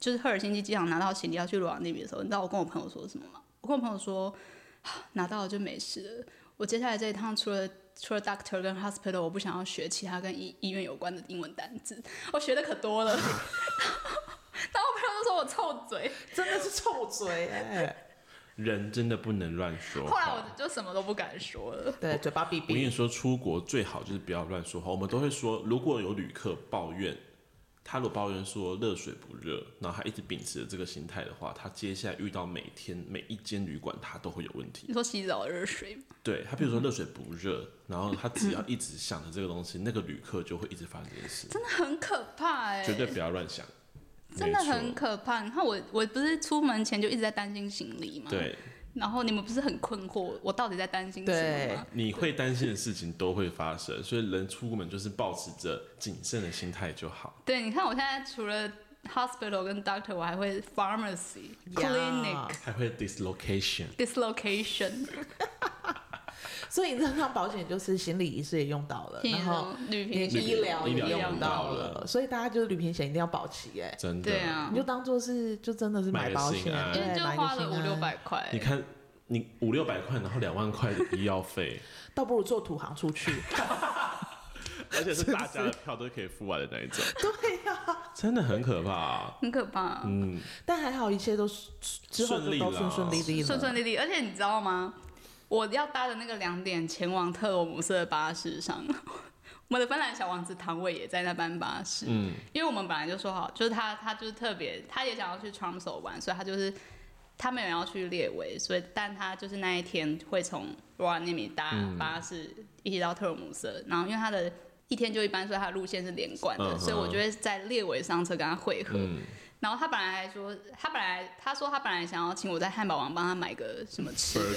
B: 就是赫尔辛基机场拿到行李要去罗瓦内米的时候，你知道我跟我朋友说什么吗？我跟我朋友说，啊拿到了就没事了。我接下来这一趟除了除了 doctor 跟 hospital，我不想要学其他跟医医院有关的英文单词，我学的可多
A: [LAUGHS]
B: 了。然后然后我朋友就说我臭嘴，
A: 真的是臭嘴哎、
C: 人真的不能乱说
B: 后来
C: 话。
B: 我就什么都不敢说了。
A: 对，嘴巴闭
C: 我跟
A: 闭。
C: 你说，出国最好就是不要乱说话。我们都会说，如果有旅客抱怨，他如果抱怨说热水不热，然后他一直秉持着这个心态的话，他接下来遇到每天每一间旅馆，他都会有问题。
B: 你说洗澡的热水吗
C: 对他，
B: 嗯
C: 比如说热水不热，然后他只要一直想着这个东西，那个旅客就会一直发生这件事。
B: 真的很可怕哎、
C: 绝对不要乱想，
B: 真的
C: 没错
B: 很可怕。你看我，我不是出门前就一直在担心行李吗？
C: 对。
B: 然后你们不是很困惑，我到底在担心什么
A: 对
B: 吗？
C: 你会担心的事情都会发生，所以人出门就是保持着谨慎的心态就好。
B: 对，你看我现在除了 hospital 跟 doctor，我还会 pharmacy、
A: 呀
B: clinic、
C: 还会 dislocation，
B: dislocation，
A: 所以你这趟保险就是行李仪式也用到了，
B: 啊
A: 然后
B: 旅
A: 连
B: 平
C: 旅
A: 医
B: 险，
A: 疗也
C: 医疗
A: 用
C: 用
A: 到
C: 到
A: 了，
C: 了
A: 所以大家就是旅行险一定要保齐哎、
C: 真的。
B: 对啊
A: 你，就当做是就真的是买
C: 买个
A: 保
C: 心
A: 险，
C: 安
B: 因为
A: 对，
B: 就
A: 买
B: 花
A: 个
B: 了
A: 心啊
B: 五六
A: 安
B: 百块
C: 你，看，你五六百块，然后两万块的医药费，
A: 倒不如坐土航出去。
C: [LAUGHS] 而且是大家的票都可以付完的那一种，
A: 对啊呀、
C: 真的很可怕、啊
B: 很可怕、啊
C: 嗯，
A: 但还好一切都是之后
C: 顺
A: 就
C: 利
A: 都
C: 啦
A: 顺顺利利了，
B: 顺顺利利。而且你知道吗？我要搭的那个两点前往特罗姆斯的巴士上， [LAUGHS] 我们的芬兰小王子唐伟也在那班巴士。
C: 嗯，
B: 因为我们本来就说好，就是他，他就是特别，他也想要去 Tromso 玩，所以他就是他没有要去列维，所以但他就是那一天会从罗瓦涅米搭巴士一起到特罗姆斯，然后因为他的一天就一班，所以他的路线是连贯的，
C: 嗯哼
B: 所以我就会在列维上车跟他会合。
C: 嗯
B: 然后他本来还说，他本来他说他本来想要请我在汉堡王帮他买个什么吃的，
C: [LAUGHS]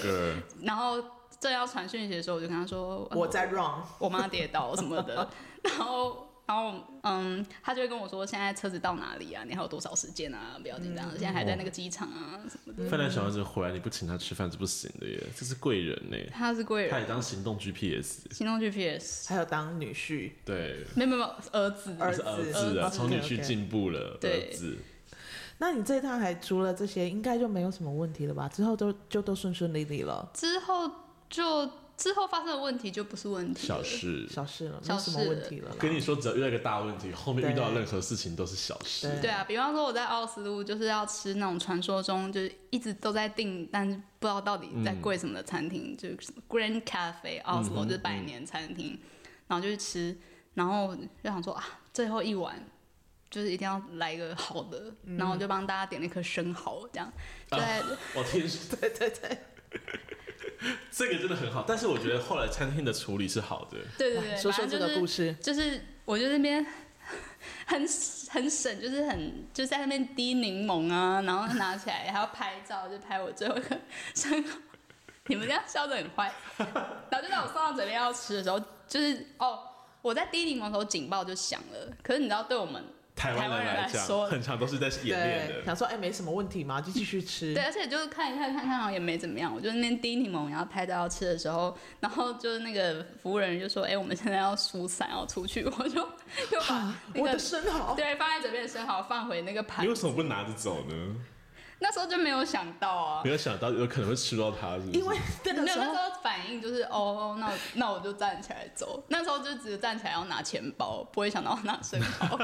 C: ，burger，
B: 然后正要传讯息的时候，我就跟他说，呃
A: 我在 wrong，
B: 我妈跌倒什么的，然后。然后，嗯，他就会跟我说，现在车子到哪里啊？你还有多少时间啊？不要紧张，现在还在那个机场啊什么的。
C: 范嗯兰小丸子回来，你不请他吃饭是不行的耶，这是贵人呢。
B: 他是贵
C: 他也
B: 人，
C: 当行动 GPS，
B: 行动 GPS，
A: 还有当女婿，
C: 对，
B: 没有没有没有儿子，
A: 儿
C: 不是儿子啊，
A: 儿子嗯
C: 从你
A: OK，OK
C: 去进步了，
B: 对
C: 儿子。
A: 那你这趟还除了这些，应该就没有什么问题了吧？之后都就都顺顺利利了，
B: 之后就之后发生的问题就不是问题了
C: 小事。
A: 小事了，没
B: 小
A: 有什么
B: 事
A: 问题了啦。
C: 跟你说，只要遇到一个大问题，后面
A: 对
C: 遇到任何事情都是小事。
A: 对
B: 对啊，比方说我在奥斯陆就是要吃那种传说中就是一直都在订，但是不知道到底
A: 嗯
B: 在贵什么的餐厅，就是什么 Grand Cafe 奥斯陆、就是百
A: 嗯
B: 年餐厅，然后就去吃，然后就想说啊，最后一碗就是一定要来一个好的，然
A: 嗯
B: 后我就帮大家点了一颗生蚝，这样就
A: 啊
B: 在、
C: 我天，
A: 对对对，
C: [LAUGHS] 这个真的很好，但是我觉得后来餐厅的处理是好的。
B: 对对
A: 来
B: 对，
A: [LAUGHS] 说说
B: 反
A: 这
B: 正就
A: 个
B: 是
A: 故事。
B: 就是我就那边 [LAUGHS] 很很省，就是很就在那边滴柠檬啊，然后拿起来还要拍照，就拍我最后一个生蚝。你们这样笑得很坏， [LAUGHS] 然后就在我送到嘴边要吃的时候，就是哦，我在滴柠檬的时候警报就响了，可是你知道对我们
C: 台湾人来
B: 台湾人来
C: 讲，
B: 说
C: 很常都是在演练
A: 对，
C: 的。
A: 想说哎、没什么问题嘛，就继续吃。
B: 对，而且就是看一看看看，好像也没怎么样。我就那边滴柠檬，然后拍照要吃的时候，然后就是那个服务人员就说：“哎、我们现在要疏散，要出去。”我就又把那
A: [LAUGHS] [LAUGHS] 我
B: 个
A: 的生蚝，
B: 对，放在嘴边的生蚝放回那个盘
C: 你为。什么不拿着走呢？
B: 那时候就没有想到啊，
C: 没有想到有可能会吃到它，是不
A: 哦
C: 是？
A: 因为那
B: 没有那
A: 个时
B: 时
A: 候
B: 候反应就是哦哦，那我那我就站起来走。那时候就只是站起来要拿钱包，不会想到要拿生蚝。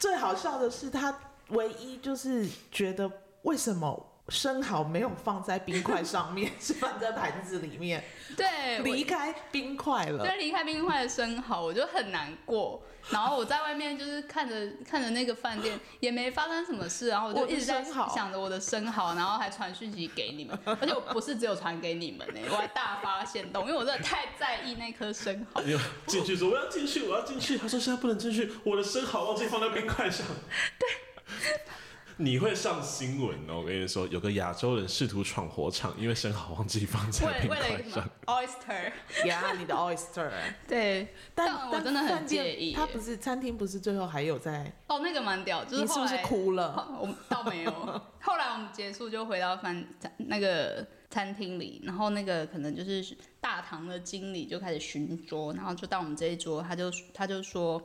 A: 最好笑的是，他唯一就是觉得为什么生蚝没有放在冰块上面， [LAUGHS] 是放在盘子里面，
B: 对，
A: 离
B: 我
A: 开冰块了。
B: 对离开冰块的生蚝，我就很难过。然后我在外面就是看着看着那个饭店，也没发生什么事，然后我就
A: 我的
B: 一直在
A: 生蚝
B: 想着我的生蚝，然后还传讯息给你们，而且我不是只有传给你们呢、我还大发现动，因为我真的太在意那颗生蚝。
C: 你有进去说我要进去，我要进去。他说现在不能进去，我的生蚝忘记放在冰块上。
B: [LAUGHS]
C: 对，你会上新闻哦！我跟你说，有个亚洲人试图闯火场，因为生蚝忘记放在
B: 为
C: 冰
B: 为了一
C: 块
B: 个什
C: 上
B: 么。oyster，
A: 呀，你
B: [LAUGHS]
A: 的 oyster，
B: 对，
A: 但
B: 但我真的很
A: 饭店
B: 介意
A: 他
B: 耶
A: 不是餐厅，不是最后还有在，
B: 哦，那个蛮屌，就是
A: 你是
B: 后
A: 不
B: 来哦
A: 是哭了？
B: 后我们倒没有，后来我们结束就回到饭餐那个餐厅里，然后那个可能就是大堂的经理就开始巡桌，然后就到我们这一桌，他就他就说，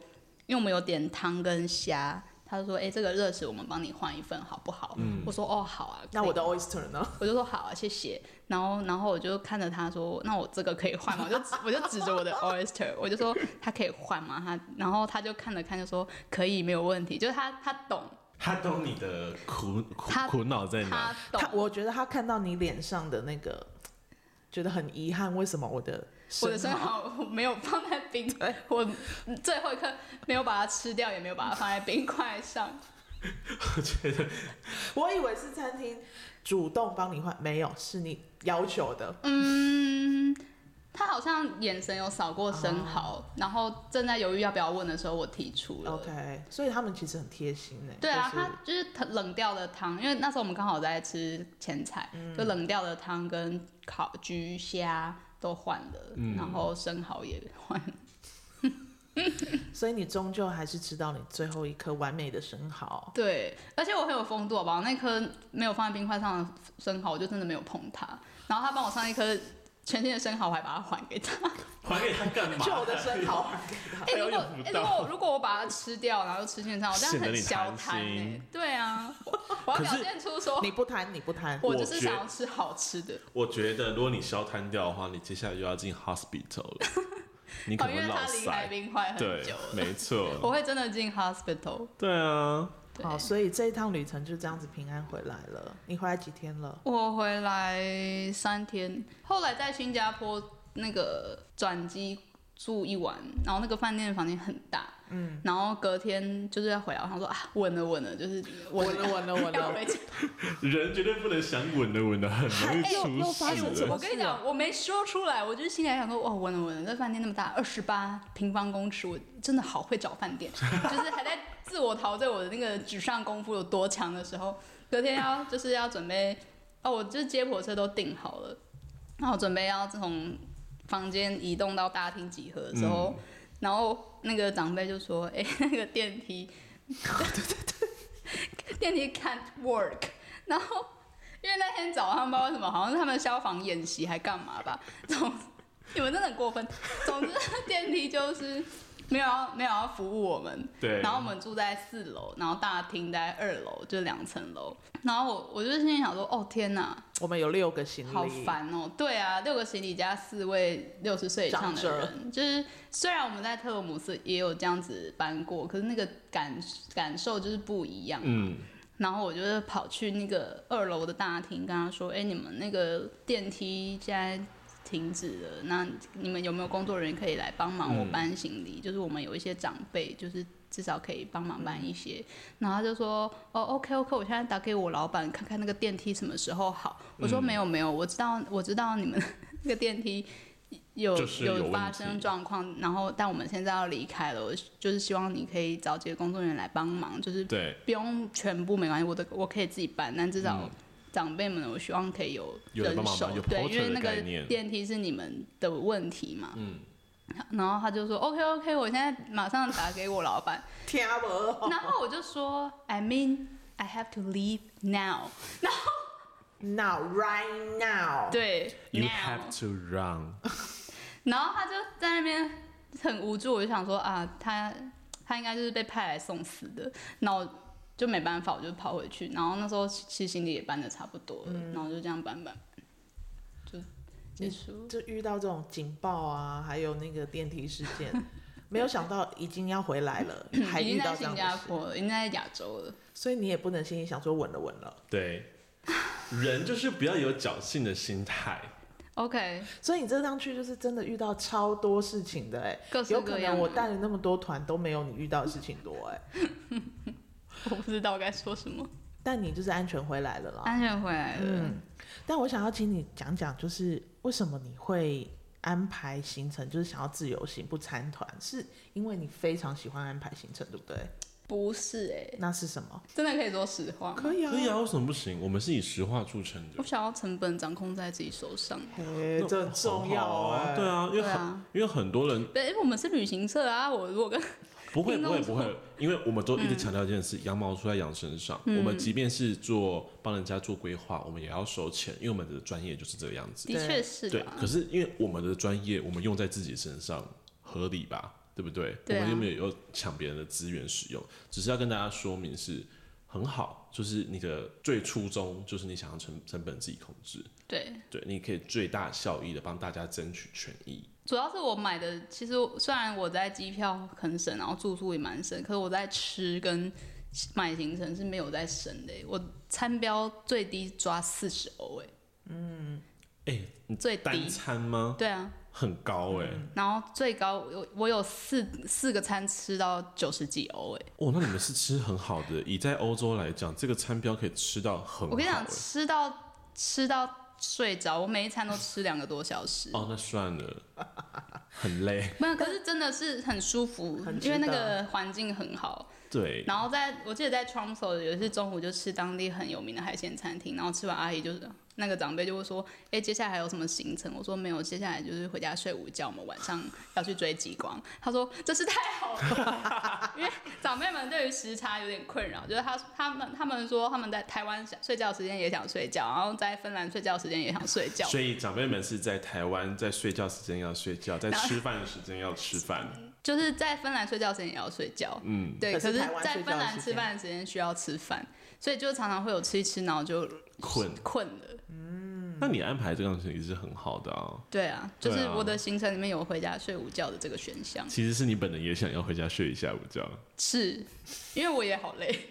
B: 因为我们有点汤跟虾。他就说：“哎、这个热食我们帮你换一份好不好？”我说：“哦，好啊。”
A: 那我的 oyster 呢？
B: 我就说好啊，谢谢。然后，然后我就看着他说，那我这个可以换吗？我就指我就指着我的 oyster，我就说他可以换吗？他，然后他就看了看，就说可以，没有问题。就是他他懂，
C: 他懂你的苦苦
B: 他
C: 苦恼在哪
B: 他？懂
A: 他，。我觉得他看到你脸上的那个，觉得很遗憾，为什么我的
B: 我的生
A: 蚝
B: 蚝我没有放在冰， [LAUGHS] 我最后一刻没有把它吃掉，也没有把它放在冰块
A: [LAUGHS]
B: 上。
C: 我觉得
A: 我以为是餐厅主动帮你换，没有，是你要求的。
B: 嗯，他好像眼神有扫过
A: 哦
B: 生蚝，然后正在犹豫要不要问的时候，我提出了。
A: OK，所以他们其实很贴心呢、
B: 对啊，
A: 就是
B: 它就是冷掉的汤，因为那时候我们刚好在吃前菜，
C: 嗯
B: 就冷掉的汤跟烤焗虾都换了，
C: 嗯
B: 然后生蚝也换了。
A: 所以你终究还是吃到你最后一颗完美的生
B: [LAUGHS]
A: 蚝。
B: 对，而且我很有风度，好不好？那颗没有放在冰块上的生蚝，我就真的没有碰它。然后他帮我上一颗全新的生蚝，我还把它还给他。
C: 还给他干
B: [LAUGHS]
C: 嘛？
A: 旧的生
C: [LAUGHS]
A: 蚝，
B: 哎、如果
C: 还有用不
B: 哎、如
C: 到
B: 果如果我把它吃掉，然后吃现场，我这样
C: 显得
B: 很
C: 你
B: 消
C: 贪
B: 贪哎、
C: 心
B: 对啊，
C: [LAUGHS]
B: 我我要
C: 可
B: 表
C: 是
B: 现出说
A: [LAUGHS] 你不贪，你不贪。
B: 我
C: 我
B: 就是
C: 觉
B: 想要吃好吃的。
C: 我觉得如果你消摊掉的话，你接下来就要进 hospital
B: [LAUGHS]
C: 了，你可
B: 哦，
C: 能
B: 因为
C: 会落
B: 他离开
C: 塞。
B: 冰块很
C: 对
B: 久，
C: 没错，
B: 我会真的进 hospital。
C: 对啊，
B: 对
A: 好，所以这一趟旅程就这样子平安回来了。你回来几天了？
B: 我回来三天，后来在新加坡那个转机住一晚，然后那个饭店的房间很大，嗯，然后隔天就是要回来，我想说啊，稳了稳了，就是稳
A: 稳了，稳了，稳
B: 要
A: 了。
B: 回家。
C: 人绝对不能想稳的稳的，很
B: [LAUGHS]
C: 容易
A: 哎又又发
C: 出
A: 生
C: 事
A: 什
C: 的
A: 么。
B: 我啊跟你讲，我没说出来，我就是心里还想说，哇，稳了稳了，这饭店那么大，二十八平方公尺，我真的好会找饭店， [LAUGHS] 就是还在自我陶醉我的那个纸上功夫有多强的时候，隔天要就是要准备，哦，我就是接驳车都订好了，然后准备要从房间移动到大厅集合的时候，然后那个长辈就说：“哎、那个电梯，对对对， [LAUGHS] 电梯 can't work。”然 [LAUGHS] 后因为那天早上不知道为什么，好像是他们消防演习还干嘛吧，总你们真的很过分。总之 [LAUGHS] 电梯就是没有要没有要服务我们，
C: 对，
B: 然后我们住在四楼，然后大厅在二楼，就两层楼。然后我我就心里想说，哦天哪，
A: [LAUGHS] 我们有六个行李，
B: 好烦哦。对啊，六个行李加四位六十岁以上
A: 长
B: 的
A: 者
B: 人，就是虽然我们在特罗姆斯也有这样子搬过，可是那个感感受就是不一样。
C: 嗯，
B: 然后我就是跑去那个二楼的大厅，跟他说：“哎，你们那个电梯现在停止了，那你们有没有工作人员可以来帮忙我
C: 嗯
B: 搬行李？就是我们有一些长辈，就是至少可以帮忙搬一些。然后他就说：“哦，OK OK，我现在打给我老板看看那个电梯什么时候好。”我说：“
C: 嗯
B: 没有没有，我知道我知道你们 [LAUGHS] 那个电梯。”有
C: 就是有问
B: 发
C: 题
B: 生状况，然后但我们现在要离开了，我就是希望你可以找几个工作人员来帮忙，就是
C: 对，
B: 不用全部没关系，我的我可以自己办，但至少长辈们，我希望可以有
C: 嗯有人
B: 人
C: 帮忙
B: 手
C: 吧有，
B: 对，
C: porter
B: 因为那
C: 的概
B: 个
C: 念
B: 电梯是你们的问题嘛。
C: 嗯，
B: 然后他就说 OK OK，我现在马上打给我老板，
A: 天啊，
C: 哦
A: 我
B: 然后我就说 I mean I have to leave now，
A: now right now，
B: 对
C: You
B: now，
C: have to run。
B: 然后他就在那边很无助，我就想说啊，他他应该就是被派来送死的，那我就没办法，我就跑回去。然后那时候其实行李也搬的差不多了，
C: 嗯
B: 然后就这样搬搬，就结束。
A: 就遇到这种警报啊，还有那个电梯事
B: [LAUGHS]
A: 件，没有想到已经要回来了，还
B: 嗯已
A: 遇
B: 经
A: 到
B: 在
A: 这
B: 新
A: 样的
B: 加
A: 事，
B: 坡了，已经在亚洲了。
A: 所以你也不能心里想说稳了稳了。
C: 对，人就是不要有侥幸的心态。
B: OK，
A: 所以你这趟去就是真的遇到超多事情的哎、
B: 各式
A: 有可
B: 各
A: 能
B: 样
A: 我
B: 的
A: 带了那么多团都没有你遇到的事情多哎、
B: 我不知道该说什么，
A: 但你就是安全回来了啦。
B: 安全回来了。
A: 嗯，但我想要请你讲讲，就是为什么你会安排行程，就是想要自由行不参团，是因为你非常喜欢安排行程，对不对？
B: 不是哎、
A: 那是什么？
B: 真的可以说实话吗。
A: 可以啊，
C: 可以啊，为什么不行？我们是以实话著称的
B: [LAUGHS] 我。想要成本掌控在自己手上，
A: 嘿，这很重要
C: 好
A: 哎、
C: 啊。对啊，因为
B: 对
C: 很、
B: 啊
C: 因为很多人
B: 对，因为我们是旅行社啊。我如果跟
C: 不会
B: 听
C: 不
B: 众
C: 会
B: 说
C: 不会，因为我们都一
B: 嗯
C: 直强调一件事：羊毛出在羊身上。我们即便是做帮人家做规划，我们也要收钱，因为我们的专业就是这个样子。
B: 的确是
C: 对
B: 的，啊
C: 可是因为我们的专业，我们用在自己身上合理吧？对不对？
B: 对啊
C: 我们又没有要抢别人的资源使用，只是要跟大家说明是很好，就是你的最初衷就是你想要成成本自己控制，
B: 对。
C: 对，你可以最大效益的帮大家争取权益。
B: 主要是我买的，其实虽然我在机票很省，然后住宿也蛮省，可是我在吃跟买行程是没有在省的欸。我餐标最低抓四十欧，哎，
C: 哎、你
B: 最
C: 单
B: 低，
C: 餐吗？
B: 对啊，
C: 很高哎、
B: 然后最高我有我有四四个餐吃到九十几欧，哎，
C: 哦，那你们是吃很好的，以在欧洲来讲，这个餐标可以吃到很好、
B: 我跟你讲，
C: 哎
B: 吃到吃到睡着，我每一餐都吃两个多小时。
C: 哦，那算了，很累。
B: 没有，可是真的是很舒服
A: 很，值
B: 因为那
A: 得
B: 个环境很好。
C: 对，
B: 然后在我记得在 Tromso 有一次中午就吃当地很有名的海鲜餐厅，然后吃完阿姨就是那个长辈就会说，哎、接下来还有什么行程？我说没有，接下来就是回家睡午觉，我们晚上要去追极光。他说真是太好了， [LAUGHS] 因为长辈们对于时差有点困扰，就是他他们他们说他们在台湾想睡觉时间也想睡觉，然后在芬兰睡觉时间也想睡觉。
C: 所以长辈们是在台湾，在睡觉时间要睡觉，在吃饭的时间要吃饭。
B: 就是在芬兰睡觉时间也要睡觉，
C: 嗯，
B: 对。
A: 可是
B: 可是
A: 台湾，
B: 在
A: 睡觉
B: 芬
A: 的
B: 兰
A: 时
B: 吃
A: 间
B: 饭的时间需要吃饭，所以就常常会有吃一吃，然后就
C: 困
B: 困了。
C: 那你安排这样子也是很好的啊。
B: 对啊，就是
C: 对啊
B: 我的行程里面有回家睡午觉的这个选项，
C: 其实是你本人也想要回家睡一下午觉。
B: 是因为我也好累。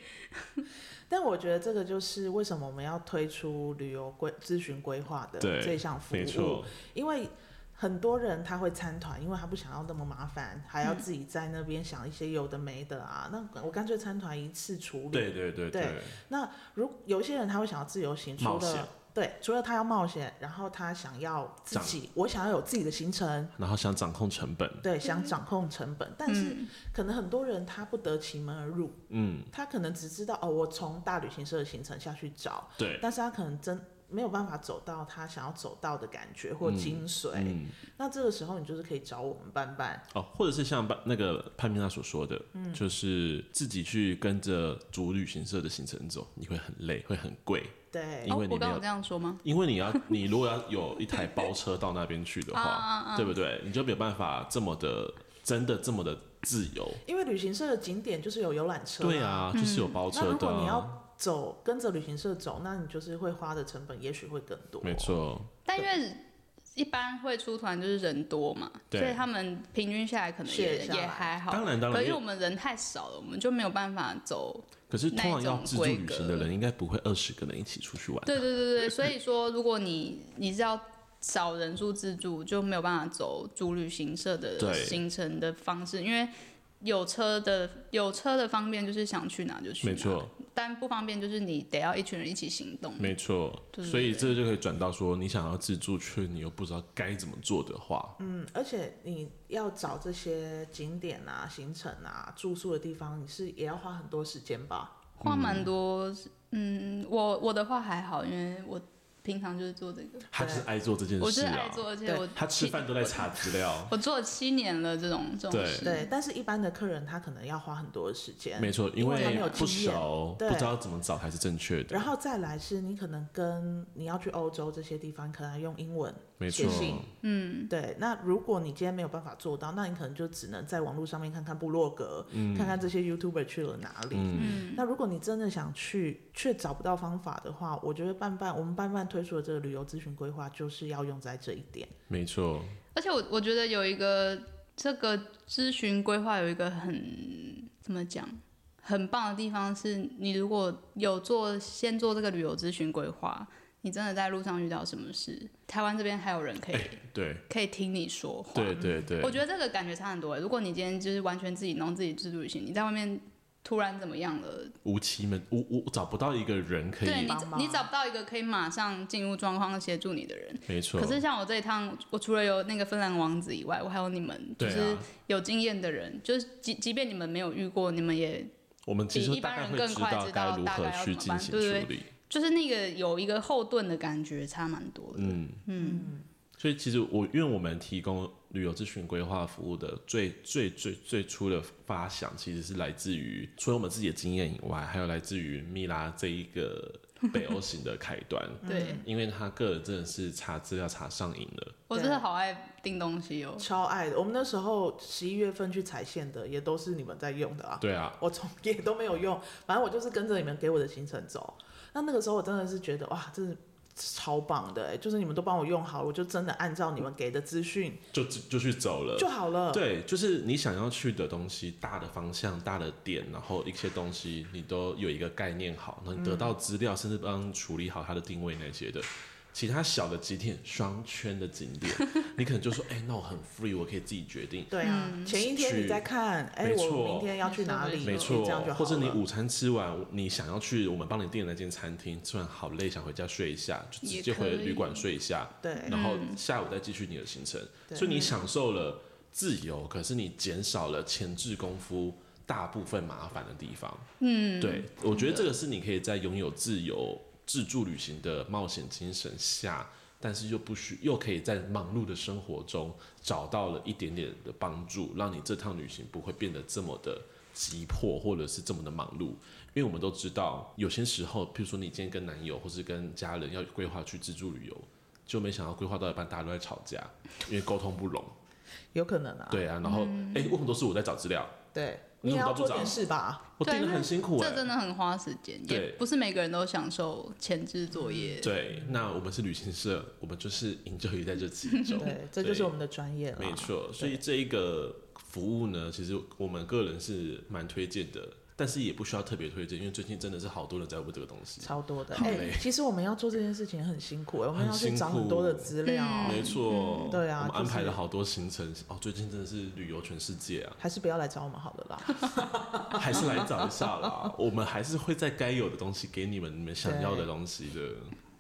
A: 但我觉得这个就是为什么我们要推出旅游规咨询规划的
C: 对
A: 这项服
C: 没
A: 务，
C: 错，
A: 因为很多人他会参团，因为他不想要那么麻烦，还
C: 嗯
A: 要自己在那边想一些有的没的啊。那我干脆参团一次处理。
C: 对对对
A: 对那如有一些人他会想要自由行，除
C: 冒险
A: 了对，除了他要冒险，然后他想要自己，我想要有自己的行程，
C: 然后想掌控成本。
A: 对，想掌控成本，但是
B: 嗯，
A: 可能很多人他不得其门而入，
C: 嗯，
A: 他可能只知道哦，我从大旅行社的行程下去找，
C: 对，
A: 但是他可能真没有办法走到他想要走到的感觉或
C: 嗯
A: 精髓，
C: 嗯，
A: 那这个时候你就是可以找我们办办，
C: 哦，或者是像潘那个潘明娜所说的，
B: 嗯
C: 就是自己去跟着主旅行社的行程走，你会很累，会很贵，
A: 对，
C: 因
B: 哦
C: 为，你
B: 我
C: 没
B: 刚
C: 有
B: 有这样说吗？
C: 因为你要你如果要有一台包车到那边去的
B: 啊
C: 话，
B: 啊啊！
C: 对不对？你就没有办法这么的真的这么的自由。
A: 因为旅行社的景点就是有游览车，
C: 对，啊，
B: 嗯
C: 就是有包
A: 那
C: 车
A: 如
C: 的
A: 果你
C: 啊、
A: 要走跟着旅行社走，那你就是会花的成本也许会更多，
C: 没，错。
B: 但因为一般会出团就是人多嘛，
C: 对
B: 所以他们平均下来可能
A: 卸
B: 也
A: 下来
B: 也还好。
C: 当然当
B: 可
C: 然，
B: 是因为
C: 因为
B: 我们人太少了，我们就没有办法走。
C: 可是通常要
B: 那一种
C: 自助旅行的
B: 规格
C: 人，应该不会二十个人一起出去玩。
B: 对对对对，所以说如果你你是要少人数自助，就没有办法走主旅行社
C: 对
B: 的行程的方式，因为有车的有车的方便就是想去哪就去哪，
C: 没错，
B: 但不方便就是你得要一群人一起行动。
C: 没错，
B: 对对
C: 所以
B: 对
C: 这就可以转到说，你想要自助却你又不知道该怎么做的话，
A: 嗯，而且你要找这些景点啊、行程啊、住宿的地方，你是也要花很多时间吧？
B: 花蛮多，嗯，我我的话还好，因为我平常就是做这个，
C: 他就是爱做这件
B: 我就
C: 事
B: 是爱
C: 啊。
B: 做，而且
A: 对
B: 我
C: 他吃
B: 七
C: 饭都在查资料，
B: 我做了七年了，这种这种
C: 对
B: 事，
A: 对，但是一般的客人他可能要花很多的时间，
C: 没错，
A: 因为他没有
C: 为不
A: 经验
C: 熟，
A: 对
C: 不知道怎么找才是正确的，
A: 然后再来是你可能跟你要去欧洲这些地方，可能还用英文。
C: 没
A: 写
C: 错，
A: 信
B: 嗯，
A: 对，那如果你今天没有办法做到，那你可能就只能在网络上面看看部落格，
C: 嗯
A: 看看这些 YouTuber 去了哪里。
B: 嗯
A: 那如果你真的想去，却找不到方法的话，我觉得伴伴我们伴伴推出的这个旅游咨询规划就是要用在这一点。
C: 没错，
B: 而且我我觉得有一个这个咨询规划有一个很怎么讲，很棒的地方是，你如果有做先做这个旅游咨询规划，你真的在路上遇到什么事，台湾这边还有人可以、
C: 对，
B: 可以听你说话，
C: 哎对对对，
B: 我觉得这个感觉差很多欸。如果你今天就是完全自己弄自己自助旅行，你在外面突然怎么样了，
C: 无期门，无无找不到一个人可
B: 对
C: 以，
B: 你
A: 帮忙
B: 你找不到一个可以马上进入状况协助你的人。
C: 没错
B: 可，是像我这一趟，我除了有那个芬兰王子以外，我还有你们，就
C: 对
B: 是
C: 啊，
B: 有经验的人，就是即即便你们没有遇过，你们也
C: 我们其
B: 比
C: 实
B: 一
C: 大
B: 般
C: 概
B: 人
C: 会
B: 更快
C: 道
B: 知
C: 该
B: 道
C: 如
B: 大
C: 何
B: 概要怎
C: 去
B: 么
C: 进
B: 办
C: 行
B: 对
C: 处
B: 对
C: 理，
B: 就是那个有一个后盾的感觉，差蛮多的。
C: 嗯。
B: 嗯，
C: 所以其实我，因为我们提供旅游咨询规划服务的最最最最初的发想，其实是来自于除了我们自己的经验以外，还有来自于蜜拉这一个北欧型的开端，
B: 嗯对
C: 因为他个人真的是查资料查上瘾了，
B: 我真的好爱订东西哦。
A: 超爱的，我们那时候十一月份去踩线的，也都是你们在用的啊。
C: 对啊，
A: 我从 [LAUGHS] 也都没有用，反正我就是跟着你们给我的行程走。那那个时候我真的是觉得哇，真的超棒的哎、就是你们都帮我用好了，我就真的按照你们给的资讯
C: 就就就去走了。
A: 就好
B: 嗯
A: 了。
C: 呃对，就是你想要去的东西，大的方向、大的点，然后一些东西你都有一个概念好，能得到资料，甚至帮你处理好它的定位那些的。其他小的景点、双圈的景
B: [LAUGHS]
C: 点，你可能就说，哎、那我很 free，我可以自己决定。
A: 对啊，
B: 嗯
A: 前一天你
C: 去
A: 在看，哎、我
C: 没错
A: 明天要去哪里？
C: 没
B: 没
C: 错
A: 这样就，好
C: 或
A: 了。
C: 者你午餐吃完，你想要去我们帮你订的那间餐厅，吃完好累，想回家睡一下，就直
B: 也
C: 接
B: 可
C: 回
B: 以
C: 旅馆睡一下，
A: 对
C: 然后
B: 嗯
C: 下午再继续你的行程。
A: 对
C: 所以你享受了自由，可是你减少了前置功夫大部分麻烦的地方。
B: 嗯，
C: 对，我觉得这个是你可以在拥有自由自助旅行的冒险精神下，但是又不需又可以在忙碌的生活中找到了一点点的帮助，让你这趟旅行不会变得这么的。急迫或者是这么的忙碌，因为我们都知道，有些时候，譬如说你今天跟男友或是跟家人要规划去自助旅游，就没想到规划到一半大家都在吵架，因为沟通不
B: [LAUGHS]
C: 拢。
A: 有可能啊。
C: 对啊，然后
B: 嗯
C: 哎、为什么都是我在找资料？
A: 对，
C: 你
A: 你也
C: 怎么
A: 要
C: 都不
A: 做
C: 找
A: 点事吧。
C: 我
B: 对
C: 订的
B: 那
C: 很辛苦哎、
B: 这真的很花时间，
C: 对嗯
B: 也不是每个人都享受前置作业。
C: 对，那我们是旅行社，我们就是营救于在这其中。
A: 对，这就是我们的专业了。
C: 嗯没错，所以这一个服务呢，其实我们个人是蛮推荐的，但是也不需要特别推荐，因为最近真的是好多人在问这个东西。
A: 超多的。
C: 好
A: 哎、
C: 累
A: 其实我们要做这件事情很辛
C: [LAUGHS]
A: 苦、哎我们
C: 很
A: 要去
C: 辛
A: 找很
C: 苦
A: 多的资料、
B: 嗯
C: 没错，
A: 对啊
C: 我们安排
A: 就是
C: 了好多行程哦，最近真的是旅游全世界啊，
A: 还是不要来找我们好了啦。 [LAUGHS]
C: 还是来找一下啦，我们还是会在该有的东西给你们你们想要的
A: 对
C: 东西的。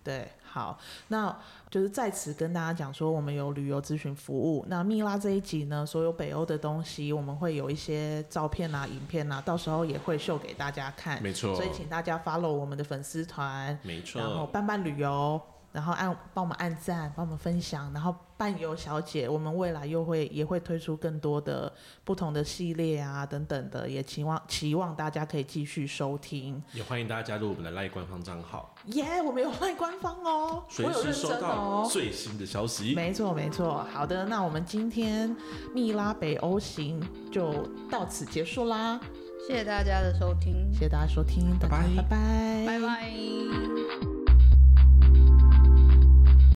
A: 对，好，那就是在此跟大家讲说，我们有旅游咨询服务。那蜜拉这一集呢，所有北欧的东西，我们会有一些照片啊、影片啊，到时候也会秀给大家看。
C: 没错
A: 所以请大家 follow 我们的粉丝团，
C: 没错，
A: 然后伴伴旅游，然后按帮我们按赞，帮我们分享，然后伴游小姐，我们未来又会也会推出更多的不同的系列啊等等的，也期望期望大家可以继续收
C: [LAUGHS]
A: 听。
C: 也欢迎大家加入我们的赖官方账号，
A: 耶、我们有卖官方哦，我
C: 随
A: 有
C: 时
A: 认
C: 收
A: 真
C: 到
A: 哦。
C: 最新的消息。
A: 没错，没错。好的，那我们今天蜜拉北欧行就到此结束啦，
B: 谢谢大家的收听
A: 谢，谢大家收听，大家
C: 拜拜
A: 拜拜，
B: 拜拜。